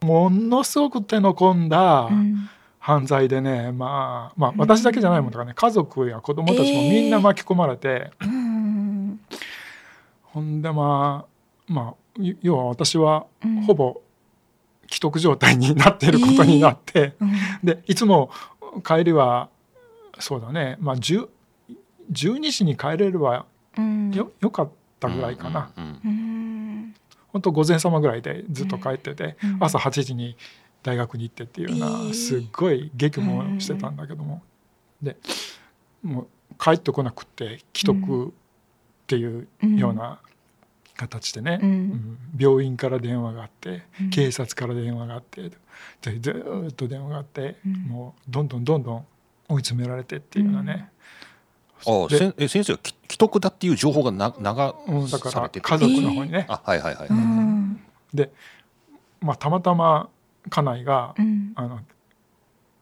[SPEAKER 2] あものすごく手の込んだ、
[SPEAKER 3] うんうん
[SPEAKER 2] 犯罪でね、まあ、まあ
[SPEAKER 3] うん
[SPEAKER 2] 私だけじゃないもんだからね、家族や子供たちもみんな巻き込まれて、
[SPEAKER 3] うんうん
[SPEAKER 2] ほんでまあまあい要は私は
[SPEAKER 3] うん
[SPEAKER 2] ほぼ既得状態になっていることになって、
[SPEAKER 3] うん
[SPEAKER 2] でいつも帰りはそうだね、まあ、10 12時に帰れれば
[SPEAKER 3] うん
[SPEAKER 2] よよかったぐらいかな、
[SPEAKER 1] うんうん
[SPEAKER 3] うん
[SPEAKER 2] ほんと午前様ぐらいでずっと帰ってて、
[SPEAKER 3] うん
[SPEAKER 2] 朝8時に大学に行ってっていうよう
[SPEAKER 3] ええ
[SPEAKER 2] なすっごい激務をしてたんだけども、でもう帰ってこなくって既得っていうような形でね、
[SPEAKER 3] うん
[SPEAKER 2] うん病院から電話があって、
[SPEAKER 3] うん
[SPEAKER 2] 警察から電話があってでずーっと電話があって、
[SPEAKER 3] うん
[SPEAKER 2] もうどんどんどんどん追い詰められてっていうようなね、
[SPEAKER 1] ああ
[SPEAKER 2] で
[SPEAKER 1] せんえ先生はき既得だっていう情報がな
[SPEAKER 2] う
[SPEAKER 1] 流
[SPEAKER 2] んだ
[SPEAKER 1] さ
[SPEAKER 2] か
[SPEAKER 1] れて
[SPEAKER 2] ら
[SPEAKER 1] た
[SPEAKER 2] 家族の方にね、
[SPEAKER 1] あはいはいはい、
[SPEAKER 3] うんうん
[SPEAKER 2] で、まあ、たまたま家内が
[SPEAKER 3] うん
[SPEAKER 2] あの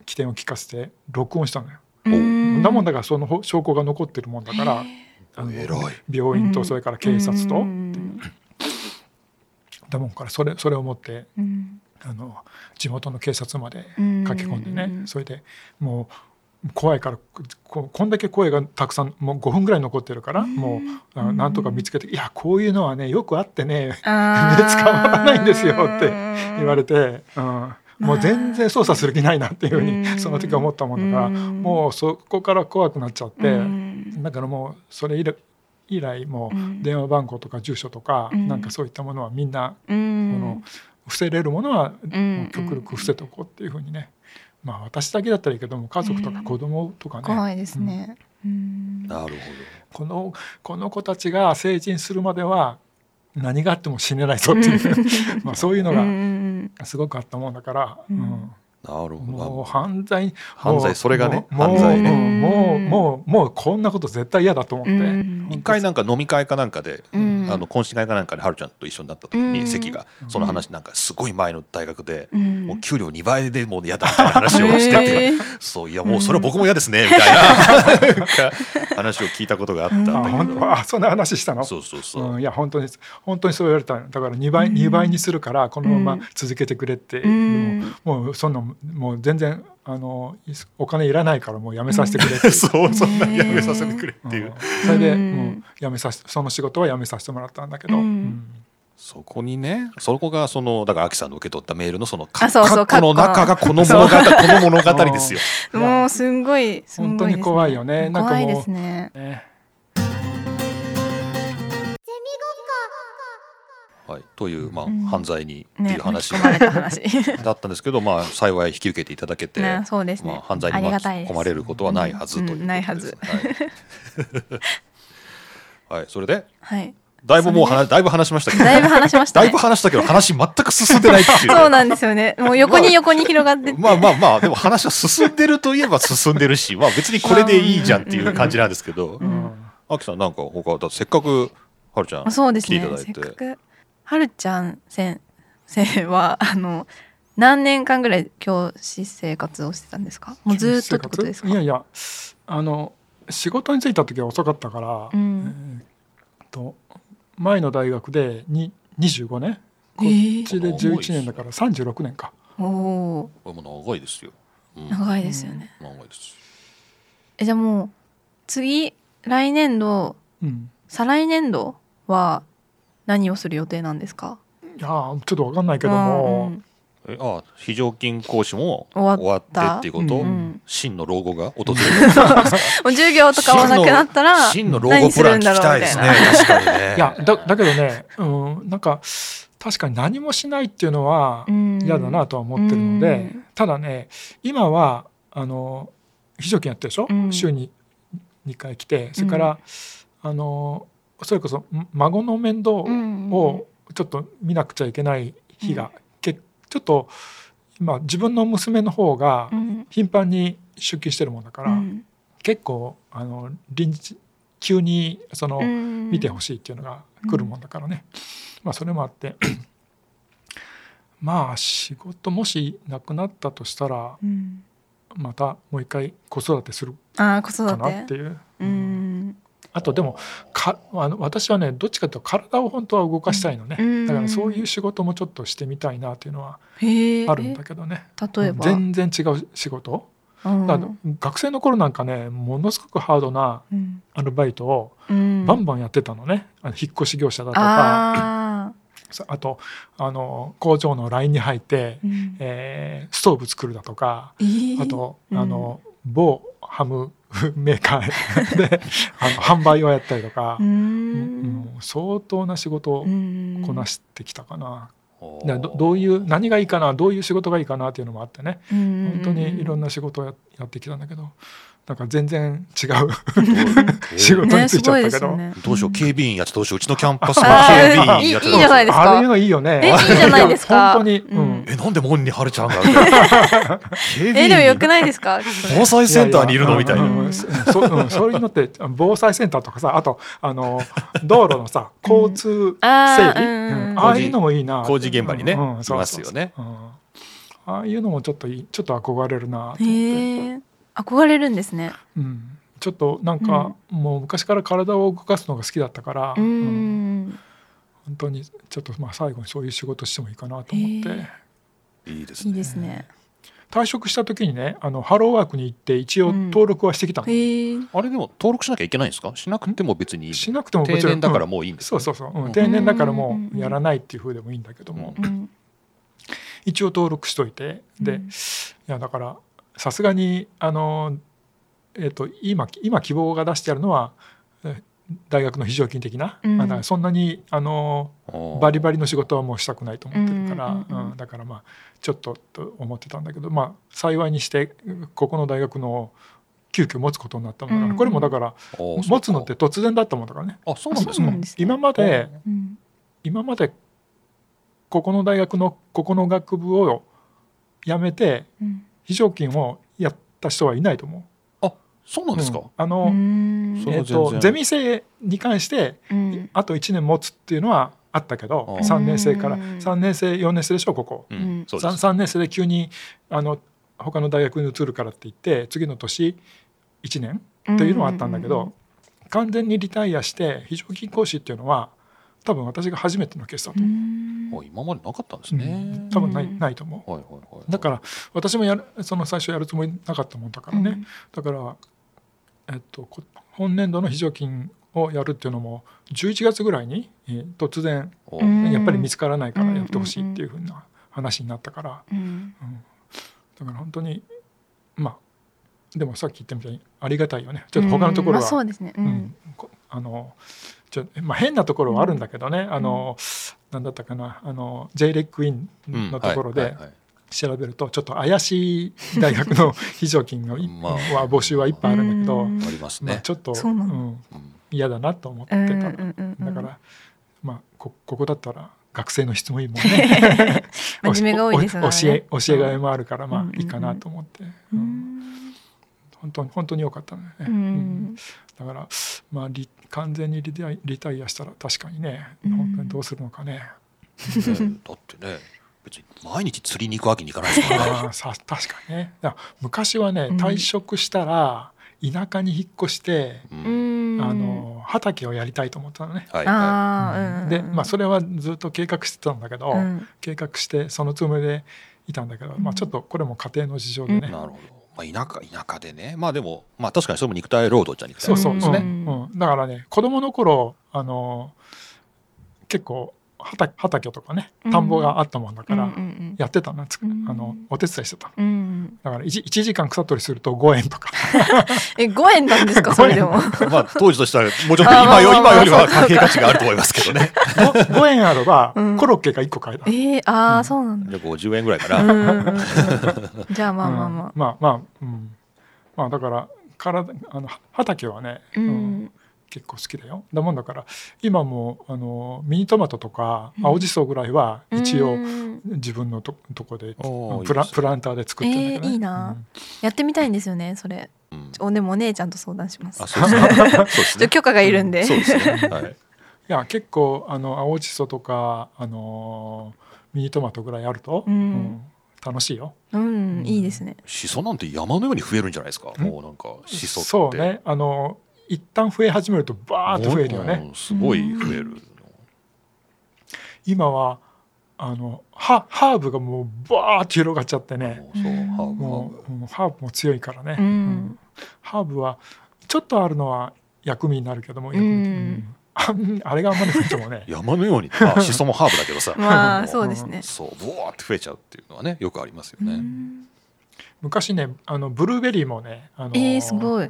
[SPEAKER 2] 起点を聞かせて録音したのよ。
[SPEAKER 1] お
[SPEAKER 3] うん
[SPEAKER 2] なもんだからそのほ証拠が残ってるもんだからあの
[SPEAKER 1] 偉い
[SPEAKER 2] 病院
[SPEAKER 3] うん
[SPEAKER 2] とそれから警察
[SPEAKER 3] う
[SPEAKER 2] と
[SPEAKER 3] ん
[SPEAKER 2] だもんからそれそれを持って
[SPEAKER 3] うん
[SPEAKER 2] あの地元の警察まで
[SPEAKER 3] うん
[SPEAKER 2] 駆け込んで
[SPEAKER 3] う
[SPEAKER 2] ね
[SPEAKER 3] ん
[SPEAKER 2] それでもう怖いからここんだけ声がたくさんもう5分ぐらい残ってるからもうあなんとか見つけて「いやこういうのはねよくあってね
[SPEAKER 3] あー
[SPEAKER 2] 目捕まらないん [LAUGHS] ですよって言われて、うん、もう全然操作する気ないなっていうふう
[SPEAKER 3] うん
[SPEAKER 2] にその時思ったもんだから
[SPEAKER 3] うん
[SPEAKER 2] もうそこから怖くなっちゃっ
[SPEAKER 3] う
[SPEAKER 2] て
[SPEAKER 3] ん
[SPEAKER 2] だからもうそれ以来以来も
[SPEAKER 3] うん
[SPEAKER 2] う電話番号とか住所とか
[SPEAKER 3] うん
[SPEAKER 2] なんかそういったものはみんな
[SPEAKER 3] う
[SPEAKER 2] こ
[SPEAKER 3] ん
[SPEAKER 2] の伏せれるものは
[SPEAKER 3] ん
[SPEAKER 2] もう極力伏せておこうっていうふうにねまあ私だけだったらいいけども家族と
[SPEAKER 3] う
[SPEAKER 2] か
[SPEAKER 3] ん
[SPEAKER 2] 子供とか
[SPEAKER 3] 怖
[SPEAKER 2] ね
[SPEAKER 3] いですね。うん
[SPEAKER 1] なるほ
[SPEAKER 2] このこの子たちが成人するまでは何があっても死ねないぞっていう [LAUGHS] まあそういうの
[SPEAKER 3] うんう
[SPEAKER 2] が
[SPEAKER 3] ん
[SPEAKER 2] すごくあったもんだから。
[SPEAKER 3] う
[SPEAKER 2] うんん
[SPEAKER 1] どなる
[SPEAKER 2] もう
[SPEAKER 1] ほ
[SPEAKER 2] 犯罪
[SPEAKER 1] 犯罪
[SPEAKER 2] もう
[SPEAKER 1] それがね
[SPEAKER 2] もう
[SPEAKER 1] 犯罪ね
[SPEAKER 2] もうもうもうもうこんなこと絶対嫌だと思って、
[SPEAKER 3] うん
[SPEAKER 1] ど一回なんか飲み会かなんかで、
[SPEAKER 3] うん
[SPEAKER 1] あの懇親会かなんかではるちゃんと一緒になった時に、
[SPEAKER 3] うん
[SPEAKER 1] 関が
[SPEAKER 2] うん
[SPEAKER 1] その話なんかすごい前の大学で、
[SPEAKER 3] うん
[SPEAKER 1] もう給料2倍でもう嫌だみたいな話をしてて、
[SPEAKER 3] へー
[SPEAKER 1] そういやもうそれは僕も嫌ですねみたいな
[SPEAKER 3] [LAUGHS]
[SPEAKER 1] なんか話を聞いたことがあったん
[SPEAKER 2] あ
[SPEAKER 1] だ
[SPEAKER 2] 本
[SPEAKER 1] け
[SPEAKER 2] 当
[SPEAKER 1] ど、
[SPEAKER 2] あそんな話したの
[SPEAKER 1] そうそうそう、
[SPEAKER 2] うん、いや本当に本当にそう言われたのだから2倍
[SPEAKER 3] うん
[SPEAKER 2] 二倍にするからこのま
[SPEAKER 3] うん
[SPEAKER 2] ま続けてくれって、
[SPEAKER 3] うん
[SPEAKER 2] でももうそんなもう全然あのいお金いらないからもうやめさせてくれって、
[SPEAKER 1] そうそんな [LAUGHS] やめさせてくれっていう、
[SPEAKER 2] うんそれで、
[SPEAKER 3] う
[SPEAKER 2] うんん、やめさせその仕事はやめさせてもらったんだけど、
[SPEAKER 3] うん
[SPEAKER 2] うん
[SPEAKER 1] そこにねそこがそのだからアキさんの受け取ったメールのその
[SPEAKER 3] あそうそう
[SPEAKER 1] カッコの中がこの物語この物語ですよ
[SPEAKER 2] うん
[SPEAKER 3] もうすんごいすん
[SPEAKER 2] 本
[SPEAKER 3] ご
[SPEAKER 2] 当
[SPEAKER 3] いですね
[SPEAKER 2] に怖いよねなんか
[SPEAKER 3] 怖いで
[SPEAKER 2] も
[SPEAKER 3] すね。
[SPEAKER 2] うね
[SPEAKER 1] はい、という、まあ
[SPEAKER 3] ん
[SPEAKER 1] 犯罪にってい
[SPEAKER 3] ね
[SPEAKER 1] う
[SPEAKER 3] 巻
[SPEAKER 1] 話
[SPEAKER 3] き込まれ
[SPEAKER 1] [LAUGHS]
[SPEAKER 3] た話。
[SPEAKER 1] だったんですけど、まあ、幸い引き受けていただ
[SPEAKER 3] [LAUGHS]
[SPEAKER 1] けて、
[SPEAKER 3] ねそうですね
[SPEAKER 1] まあ、犯罪
[SPEAKER 3] あ
[SPEAKER 1] に
[SPEAKER 3] りが
[SPEAKER 1] 巻き
[SPEAKER 3] たいです
[SPEAKER 1] 込まれることはないはずということ
[SPEAKER 3] うんないはず
[SPEAKER 1] ですはいはい、それで
[SPEAKER 3] はい。
[SPEAKER 1] だいぶもう話だいぶ話しましたけど
[SPEAKER 3] だいぶ話しました
[SPEAKER 1] だ
[SPEAKER 3] ね
[SPEAKER 1] いぶ話したけど話全く進んでないっていう
[SPEAKER 3] そうなんですよねもう横に横に広がってて
[SPEAKER 1] まあまあまあでも話は進んでるといえば進んでるし
[SPEAKER 3] [LAUGHS]
[SPEAKER 1] まあ別にこれでいいじゃんっていう感じなんですけど
[SPEAKER 2] うん
[SPEAKER 1] あきさんなんか他だってせっかくはるちゃん
[SPEAKER 3] あそうです
[SPEAKER 1] 来てい
[SPEAKER 3] ね
[SPEAKER 1] ただい
[SPEAKER 3] せってかくはるちゃん先生はあの何年間ぐらい教師生活をしてたんですかもうずっとってことですか
[SPEAKER 2] いやいやあの仕事に就いた時は遅かったから、
[SPEAKER 3] うん
[SPEAKER 2] えーっと前の大学でに25年こっ
[SPEAKER 3] ええ
[SPEAKER 2] ちで11年だから36年か
[SPEAKER 3] おー
[SPEAKER 1] これも長いですよ、うん、長
[SPEAKER 3] 長いですよね、
[SPEAKER 1] いです
[SPEAKER 3] えじゃあもう次来年度
[SPEAKER 2] うん
[SPEAKER 3] 再来年度は何をする予定なんですか
[SPEAKER 2] いやーちょっと分かんないけども、
[SPEAKER 3] うん
[SPEAKER 1] えあ非常勤講師も
[SPEAKER 3] 終わった
[SPEAKER 1] 終わってっていうこと、
[SPEAKER 3] うんうん
[SPEAKER 1] 真の老後が訪れる
[SPEAKER 3] もう授業とかもなくなったら
[SPEAKER 1] 真の老後プラン聞きたいですね確かにね
[SPEAKER 2] いやだだけどね、うん、なんか確かに何もしないっていうのは嫌だなとは思ってるので、
[SPEAKER 3] うん
[SPEAKER 2] ただね今はあの非常勤やってるでしょ、
[SPEAKER 3] うん
[SPEAKER 2] 週に2回来てそれから、あのそれこそん孫の面倒をちょっと見なくちゃいけない日が、けちょっと今自分の娘の方が
[SPEAKER 3] うん
[SPEAKER 2] 頻繁に出勤してるもんだから、
[SPEAKER 3] うん
[SPEAKER 2] 結構あの臨時急にその、
[SPEAKER 3] うん
[SPEAKER 2] 見てほしいっていうのが来るもんだからね、まあそれもあって [CLEARS THROAT] まあ仕事もしなくなったとしたら
[SPEAKER 3] うん
[SPEAKER 2] またもう一回子育てする
[SPEAKER 3] ああ子育
[SPEAKER 2] かなって
[SPEAKER 3] て
[SPEAKER 2] いう、
[SPEAKER 3] うん
[SPEAKER 2] あとでもかあの私はねどっちかというと体を本当は動かしたいのね、
[SPEAKER 3] うん
[SPEAKER 2] だからそういう仕事もちょっとしてみたいなっていうのは
[SPEAKER 3] へえ
[SPEAKER 2] あるんだけどね、
[SPEAKER 3] 例えば
[SPEAKER 2] 全然違う仕事、
[SPEAKER 3] うん
[SPEAKER 2] だから学生の頃なんかねものすごくハードな
[SPEAKER 3] うん
[SPEAKER 2] アルバイトを
[SPEAKER 3] うん
[SPEAKER 2] バンバンやってたのね、あの引っ越し業者だとか。
[SPEAKER 3] あ
[SPEAKER 2] さあとあの工場のラインに入って、
[SPEAKER 3] ーうん
[SPEAKER 2] えーストーブ作るだとか
[SPEAKER 3] えー
[SPEAKER 2] あと、
[SPEAKER 3] うん
[SPEAKER 2] あの某ハムメーカー [LAUGHS] であの販売をやったりとか
[SPEAKER 3] う、ん
[SPEAKER 2] もう相当な仕事を
[SPEAKER 3] うん
[SPEAKER 2] こなしてきたかな、
[SPEAKER 1] お
[SPEAKER 2] だ
[SPEAKER 1] ー
[SPEAKER 2] からどどういう何がいいかなどういう仕事がいいかなっていうのもあってね
[SPEAKER 3] 本
[SPEAKER 2] 本当にいろんな仕事をややってきたんだけどなんか全然違う
[SPEAKER 1] えー
[SPEAKER 2] 仕事に
[SPEAKER 3] ね
[SPEAKER 2] つい
[SPEAKER 3] す
[SPEAKER 2] ちゃ
[SPEAKER 3] ご
[SPEAKER 2] ったけ
[SPEAKER 3] いです
[SPEAKER 2] ど、
[SPEAKER 3] よね
[SPEAKER 1] どうしよう警備員やってどうしよううちのキャンパス
[SPEAKER 3] あ
[SPEAKER 1] は
[SPEAKER 3] ー
[SPEAKER 1] 警備員やって
[SPEAKER 3] いいじゃ
[SPEAKER 1] どうしよ
[SPEAKER 3] ないうですか
[SPEAKER 2] ああいうのいいよね
[SPEAKER 3] えいいじゃないですか
[SPEAKER 2] 本当に、うん
[SPEAKER 3] うん
[SPEAKER 1] えなんで門に貼るちゃ
[SPEAKER 3] [LAUGHS]
[SPEAKER 1] うんだみたいな警備
[SPEAKER 3] え
[SPEAKER 1] 員
[SPEAKER 3] でもよくないですか
[SPEAKER 1] 防災センターにいるのみたい
[SPEAKER 2] やや
[SPEAKER 1] な
[SPEAKER 2] うんそうんそういうのってあ防災センターとかさあとあの道路のさ交通整
[SPEAKER 3] あ
[SPEAKER 2] 理、
[SPEAKER 3] ーうん
[SPEAKER 2] うんああいうのもいいな
[SPEAKER 1] 工事現場にね
[SPEAKER 2] うんうんそうそう
[SPEAKER 1] いますよ
[SPEAKER 2] そう
[SPEAKER 1] ね
[SPEAKER 2] うんああいうのもちょっといいちょっと憧れるなと思って、
[SPEAKER 3] へえ憧れるんですね
[SPEAKER 2] うん、ちょっとなんか、もう昔から体を動かすのが好きだったから、
[SPEAKER 3] う
[SPEAKER 2] うん
[SPEAKER 3] ん
[SPEAKER 2] 本当にちょっとまあ最後にそういう仕事してもいいかなと思って、
[SPEAKER 3] へえ
[SPEAKER 1] いいです
[SPEAKER 3] いい
[SPEAKER 1] ね
[SPEAKER 3] ですね
[SPEAKER 2] 退職した時にねあのハローワークに行って一応登録はしてきたの、
[SPEAKER 3] へえ
[SPEAKER 1] あれでも登録しなきゃいけないんですかしなくても別にいい
[SPEAKER 2] しなくてもも
[SPEAKER 1] 定
[SPEAKER 2] ちろ
[SPEAKER 1] 年
[SPEAKER 2] ん
[SPEAKER 1] だか
[SPEAKER 2] うん
[SPEAKER 1] らもういいんです
[SPEAKER 2] そう
[SPEAKER 1] か
[SPEAKER 2] そうそう、
[SPEAKER 1] う
[SPEAKER 2] うんん、定年だからも
[SPEAKER 3] うん
[SPEAKER 2] うやらないっていうふうでもいいんだけども、
[SPEAKER 3] うん
[SPEAKER 2] 一応登録しといてで、
[SPEAKER 3] うん
[SPEAKER 2] いやだからさすがにあの、えっと今今希望が出してあるのはえ大学の非常勤的な、
[SPEAKER 3] うん
[SPEAKER 2] まあだからそんなにあの
[SPEAKER 1] あー
[SPEAKER 2] バリバリの仕事はもうしたくないと思ってるから、
[SPEAKER 3] うんうんうんうん
[SPEAKER 2] うんだからまあちょっとと思ってたんだけど、まあ、幸いにしてここの大学の急遽持つことになったもんだから、
[SPEAKER 3] うん
[SPEAKER 2] これもだから
[SPEAKER 1] あー
[SPEAKER 2] 持つのって
[SPEAKER 1] そう
[SPEAKER 2] 突然だったもんだからね。
[SPEAKER 1] かあそうなんです
[SPEAKER 3] そう
[SPEAKER 1] か
[SPEAKER 3] なんですね
[SPEAKER 2] 今まで
[SPEAKER 3] うん
[SPEAKER 2] 今までここの大学のここの学部を辞めて
[SPEAKER 3] うん
[SPEAKER 2] 非常勤をやった人はいないと思う。
[SPEAKER 1] あそうなんですか
[SPEAKER 2] うんあ
[SPEAKER 3] う
[SPEAKER 2] の、
[SPEAKER 3] ん
[SPEAKER 1] そう
[SPEAKER 2] え
[SPEAKER 1] 全
[SPEAKER 2] っと
[SPEAKER 1] 然
[SPEAKER 2] ゼミ生に関して
[SPEAKER 3] うん
[SPEAKER 2] あと1年持つっていうのはあったけど
[SPEAKER 1] あ
[SPEAKER 2] 3年生から
[SPEAKER 3] うん
[SPEAKER 2] 3年生4年生でしょここ。
[SPEAKER 1] う
[SPEAKER 3] うん
[SPEAKER 1] んそうで
[SPEAKER 2] 3,
[SPEAKER 1] す
[SPEAKER 2] 3年生で急にあの他の大学に移るからって言って次の年1年っていうのはあったんだけど、完全にリタイアして非常勤講師っていうのは多分私が初めてのケースだと
[SPEAKER 3] う
[SPEAKER 2] 思う。
[SPEAKER 3] ん
[SPEAKER 1] あ今までなかったんですね
[SPEAKER 2] 多分な
[SPEAKER 3] う
[SPEAKER 2] い
[SPEAKER 3] ん
[SPEAKER 2] ないと思う。
[SPEAKER 1] はいはいはい
[SPEAKER 2] だから私もやるその最初やるつもりなかったもんだからね、
[SPEAKER 3] うん
[SPEAKER 2] だから、えっと、こ本年度の非常勤をやるっていうのも11月ぐらいに、えー突然
[SPEAKER 1] お
[SPEAKER 3] うん
[SPEAKER 2] やっぱり見つからないからやってほしいっていうふうな話になったから、
[SPEAKER 3] うん
[SPEAKER 2] うんだから本当にまあでもさっき言ったみたいにありがたいよねちょっと他のところ
[SPEAKER 3] うんま
[SPEAKER 2] は、
[SPEAKER 3] あそうですねう
[SPEAKER 2] うん
[SPEAKER 3] ん
[SPEAKER 2] こあのちょまあ、変なところはあるんだけどね、あのなんだったかなあの j レックイン
[SPEAKER 1] うん
[SPEAKER 2] のところで、
[SPEAKER 1] はいはいはい
[SPEAKER 2] 調べるとちょっと怪しい大学の非常勤のい
[SPEAKER 1] まあ
[SPEAKER 2] は募集はいっぱいあるんだけど、
[SPEAKER 3] うん
[SPEAKER 1] あります
[SPEAKER 2] まあ
[SPEAKER 1] ね
[SPEAKER 2] ちょっと
[SPEAKER 3] そうなの
[SPEAKER 2] うん
[SPEAKER 1] うん
[SPEAKER 2] 嫌だなと思って
[SPEAKER 3] う
[SPEAKER 2] た
[SPEAKER 3] ん
[SPEAKER 2] の、
[SPEAKER 3] うんうんうん
[SPEAKER 2] だからまあこここだったら学生の質もいいもんね
[SPEAKER 3] [LAUGHS]
[SPEAKER 2] [LAUGHS]
[SPEAKER 3] 真面目が多いですよ
[SPEAKER 2] お
[SPEAKER 3] ね
[SPEAKER 2] お教え教えがいもあるから
[SPEAKER 3] う
[SPEAKER 2] ま
[SPEAKER 3] ん
[SPEAKER 2] あいいかなと思って、う
[SPEAKER 3] う
[SPEAKER 2] ん
[SPEAKER 3] ん
[SPEAKER 2] 本当に本当に良かったのよね、
[SPEAKER 3] う
[SPEAKER 2] うん
[SPEAKER 3] ん
[SPEAKER 2] だから、まあ、リ完全にリタイリタイアしたら確かにね、
[SPEAKER 3] うん
[SPEAKER 2] 本当にどうするのかね
[SPEAKER 1] ねだってね別に毎日釣りに行くわけにいかない
[SPEAKER 3] [LAUGHS]
[SPEAKER 1] ですからね
[SPEAKER 2] あーさ [LAUGHS] 確かにねだから昔はね
[SPEAKER 3] うん
[SPEAKER 2] 退職したら田舎に引っ越して、
[SPEAKER 1] う
[SPEAKER 3] うんん
[SPEAKER 2] あの畑をやりたいと思ったのね。
[SPEAKER 1] はいは
[SPEAKER 3] あーうん
[SPEAKER 2] でまあそれはずっと計画してたんだけど、
[SPEAKER 3] うん
[SPEAKER 2] 計画してそのつもりでいたんだけど、まあ、ちょっとこれも家庭の事情でね、
[SPEAKER 1] いなるほど、まあ、田舎田舎でねまあでもまあ確かにそれも肉体労働じゃ肉体
[SPEAKER 2] そ
[SPEAKER 1] 労
[SPEAKER 2] うそう、
[SPEAKER 1] 働
[SPEAKER 2] う
[SPEAKER 1] で
[SPEAKER 2] ん
[SPEAKER 1] すね、
[SPEAKER 2] うんだからね子供の頃あの結構畑畑とかね田んぼがあったもんだから、
[SPEAKER 3] うんうん
[SPEAKER 2] やってたな、つ
[SPEAKER 3] うん
[SPEAKER 2] あのお手伝いしてたの
[SPEAKER 3] うんうん
[SPEAKER 2] だから 1, 一時間草取りすると5円とか
[SPEAKER 3] え五円な
[SPEAKER 2] [LAUGHS]
[SPEAKER 3] んですかそれでも
[SPEAKER 1] まあ当時としてはも
[SPEAKER 3] [LAUGHS]
[SPEAKER 1] うちょっと
[SPEAKER 3] あ
[SPEAKER 1] 今
[SPEAKER 3] ー
[SPEAKER 1] よ
[SPEAKER 3] まあまあ
[SPEAKER 1] 今より
[SPEAKER 3] まあ
[SPEAKER 1] は
[SPEAKER 3] そうか
[SPEAKER 1] 関係価値があると思いますけど
[SPEAKER 3] [LAUGHS]
[SPEAKER 1] ね
[SPEAKER 2] 5, 5円あれば
[SPEAKER 3] うん
[SPEAKER 2] コロッケが1個買えた、
[SPEAKER 3] えー、ああそうなんだ
[SPEAKER 1] じゃあ50円ぐらいか
[SPEAKER 3] う
[SPEAKER 1] ら、
[SPEAKER 3] んう
[SPEAKER 2] [LAUGHS]
[SPEAKER 3] んうんじゃあまあまあ
[SPEAKER 2] うん
[SPEAKER 3] ま
[SPEAKER 2] まあまあうんまあだから体あのは畑はね、
[SPEAKER 3] あう
[SPEAKER 2] うん
[SPEAKER 3] ん
[SPEAKER 2] 結構好きだよだもんだから今もあのミニトマトとか青じそぐらいは一応
[SPEAKER 3] うん
[SPEAKER 2] 自分のととこで
[SPEAKER 1] おーい
[SPEAKER 2] プ
[SPEAKER 1] い
[SPEAKER 2] ラ
[SPEAKER 1] ですね
[SPEAKER 2] プランターで作ってんだけど、ね
[SPEAKER 3] えーいいなやってみたいんですよねそれ
[SPEAKER 1] うん
[SPEAKER 3] おでもお姉ちゃんと相談します
[SPEAKER 1] あそうですね
[SPEAKER 3] [LAUGHS]
[SPEAKER 1] そうです
[SPEAKER 3] ちょ
[SPEAKER 1] ね
[SPEAKER 3] 許可がいるんで、
[SPEAKER 1] そうですねはい
[SPEAKER 2] いや結構あの青じそとか、あのーミニトマトぐらいあると、
[SPEAKER 3] うん
[SPEAKER 2] 楽しいよ。
[SPEAKER 3] うん、いいですね。
[SPEAKER 1] シソなんて山のように増えるんじゃないですか。
[SPEAKER 2] ん
[SPEAKER 1] もうなんかシソって。
[SPEAKER 2] そうねあの一旦増え始めるとバーッと増えるよね。
[SPEAKER 1] うん。すごい増える。
[SPEAKER 2] 今はあのハハーブがもうバーッと広がっちゃってね
[SPEAKER 1] もうそう
[SPEAKER 3] うん
[SPEAKER 1] ハーブハー
[SPEAKER 2] も
[SPEAKER 1] ブ
[SPEAKER 2] う、うんハーブも強いからね、
[SPEAKER 3] うん
[SPEAKER 2] ハーブはちょっとあるのは薬味になるけども薬味
[SPEAKER 3] う
[SPEAKER 2] う
[SPEAKER 3] ん。
[SPEAKER 2] んああれがあんまり [LAUGHS] 増えてもね
[SPEAKER 1] 山のように。まあシソもハーブだけどさ
[SPEAKER 3] まあ、
[SPEAKER 1] も
[SPEAKER 3] そうですね。
[SPEAKER 1] そうボワーって増えちゃうっていうのはねよくありますよ
[SPEAKER 3] う
[SPEAKER 1] ね。
[SPEAKER 3] ん
[SPEAKER 2] 昔ねあのブルーベリーもねあの
[SPEAKER 3] えーすごい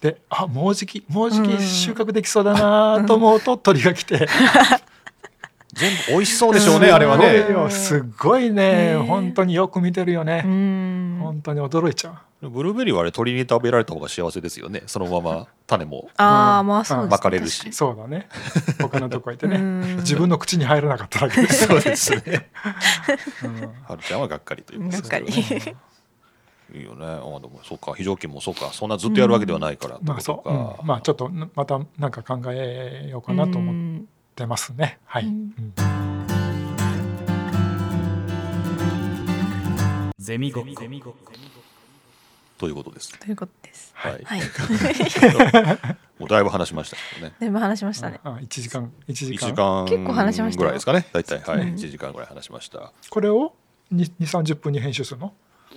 [SPEAKER 2] であもうじきもうじ
[SPEAKER 3] うん
[SPEAKER 2] き収穫できそうだなと思う
[SPEAKER 3] [LAUGHS]
[SPEAKER 2] と鳥が来て
[SPEAKER 1] 全部美味しそうでしょうね
[SPEAKER 2] すごい
[SPEAKER 1] あれはね。
[SPEAKER 2] よすごいね、
[SPEAKER 3] うん
[SPEAKER 2] 本当によく見てるよ
[SPEAKER 3] う
[SPEAKER 2] ね、
[SPEAKER 3] ん。
[SPEAKER 2] 本当に驚いちゃ
[SPEAKER 1] ブルーベリーはあれ鳥に食べられた方が幸せですよね。そのまま種も
[SPEAKER 3] ああ、まあ、そうですね。
[SPEAKER 1] まかれるし
[SPEAKER 2] う。そうだ
[SPEAKER 3] [LAUGHS]
[SPEAKER 2] ね他のとこ行って
[SPEAKER 3] 確かに。
[SPEAKER 2] ね
[SPEAKER 3] うん
[SPEAKER 2] 自分の口に入らなかっただけで、
[SPEAKER 3] [LAUGHS]
[SPEAKER 1] そうですね。
[SPEAKER 2] うん
[SPEAKER 1] はるちゃんはがっかりということ
[SPEAKER 3] がっ
[SPEAKER 1] です
[SPEAKER 3] か
[SPEAKER 1] け
[SPEAKER 3] り
[SPEAKER 1] ど。いいよね。ああでもそうか非常勤もそうかそんなずっとやるわけではないからって
[SPEAKER 2] まあ
[SPEAKER 1] こと
[SPEAKER 2] そう、うん
[SPEAKER 1] か。
[SPEAKER 2] まあちょっとまたなんか考えようかなと思ってますね、はい、
[SPEAKER 3] うん
[SPEAKER 2] うん
[SPEAKER 5] ゼミごっこ
[SPEAKER 1] ということです。
[SPEAKER 3] [LAUGHS] ということです。
[SPEAKER 1] はい。
[SPEAKER 2] [LAUGHS]
[SPEAKER 3] はい。
[SPEAKER 1] もうだいぶ話しましたけどね。
[SPEAKER 3] だいぶ話しましたね。
[SPEAKER 2] あ1時間1時
[SPEAKER 1] 一
[SPEAKER 2] 間
[SPEAKER 1] 時間
[SPEAKER 3] 結構話しまし
[SPEAKER 1] ぐ
[SPEAKER 3] たよ
[SPEAKER 1] らいですかね大体は
[SPEAKER 3] う
[SPEAKER 1] い
[SPEAKER 3] ん
[SPEAKER 1] 一時間ぐらい話しました
[SPEAKER 2] これを2 3 0分に編集するの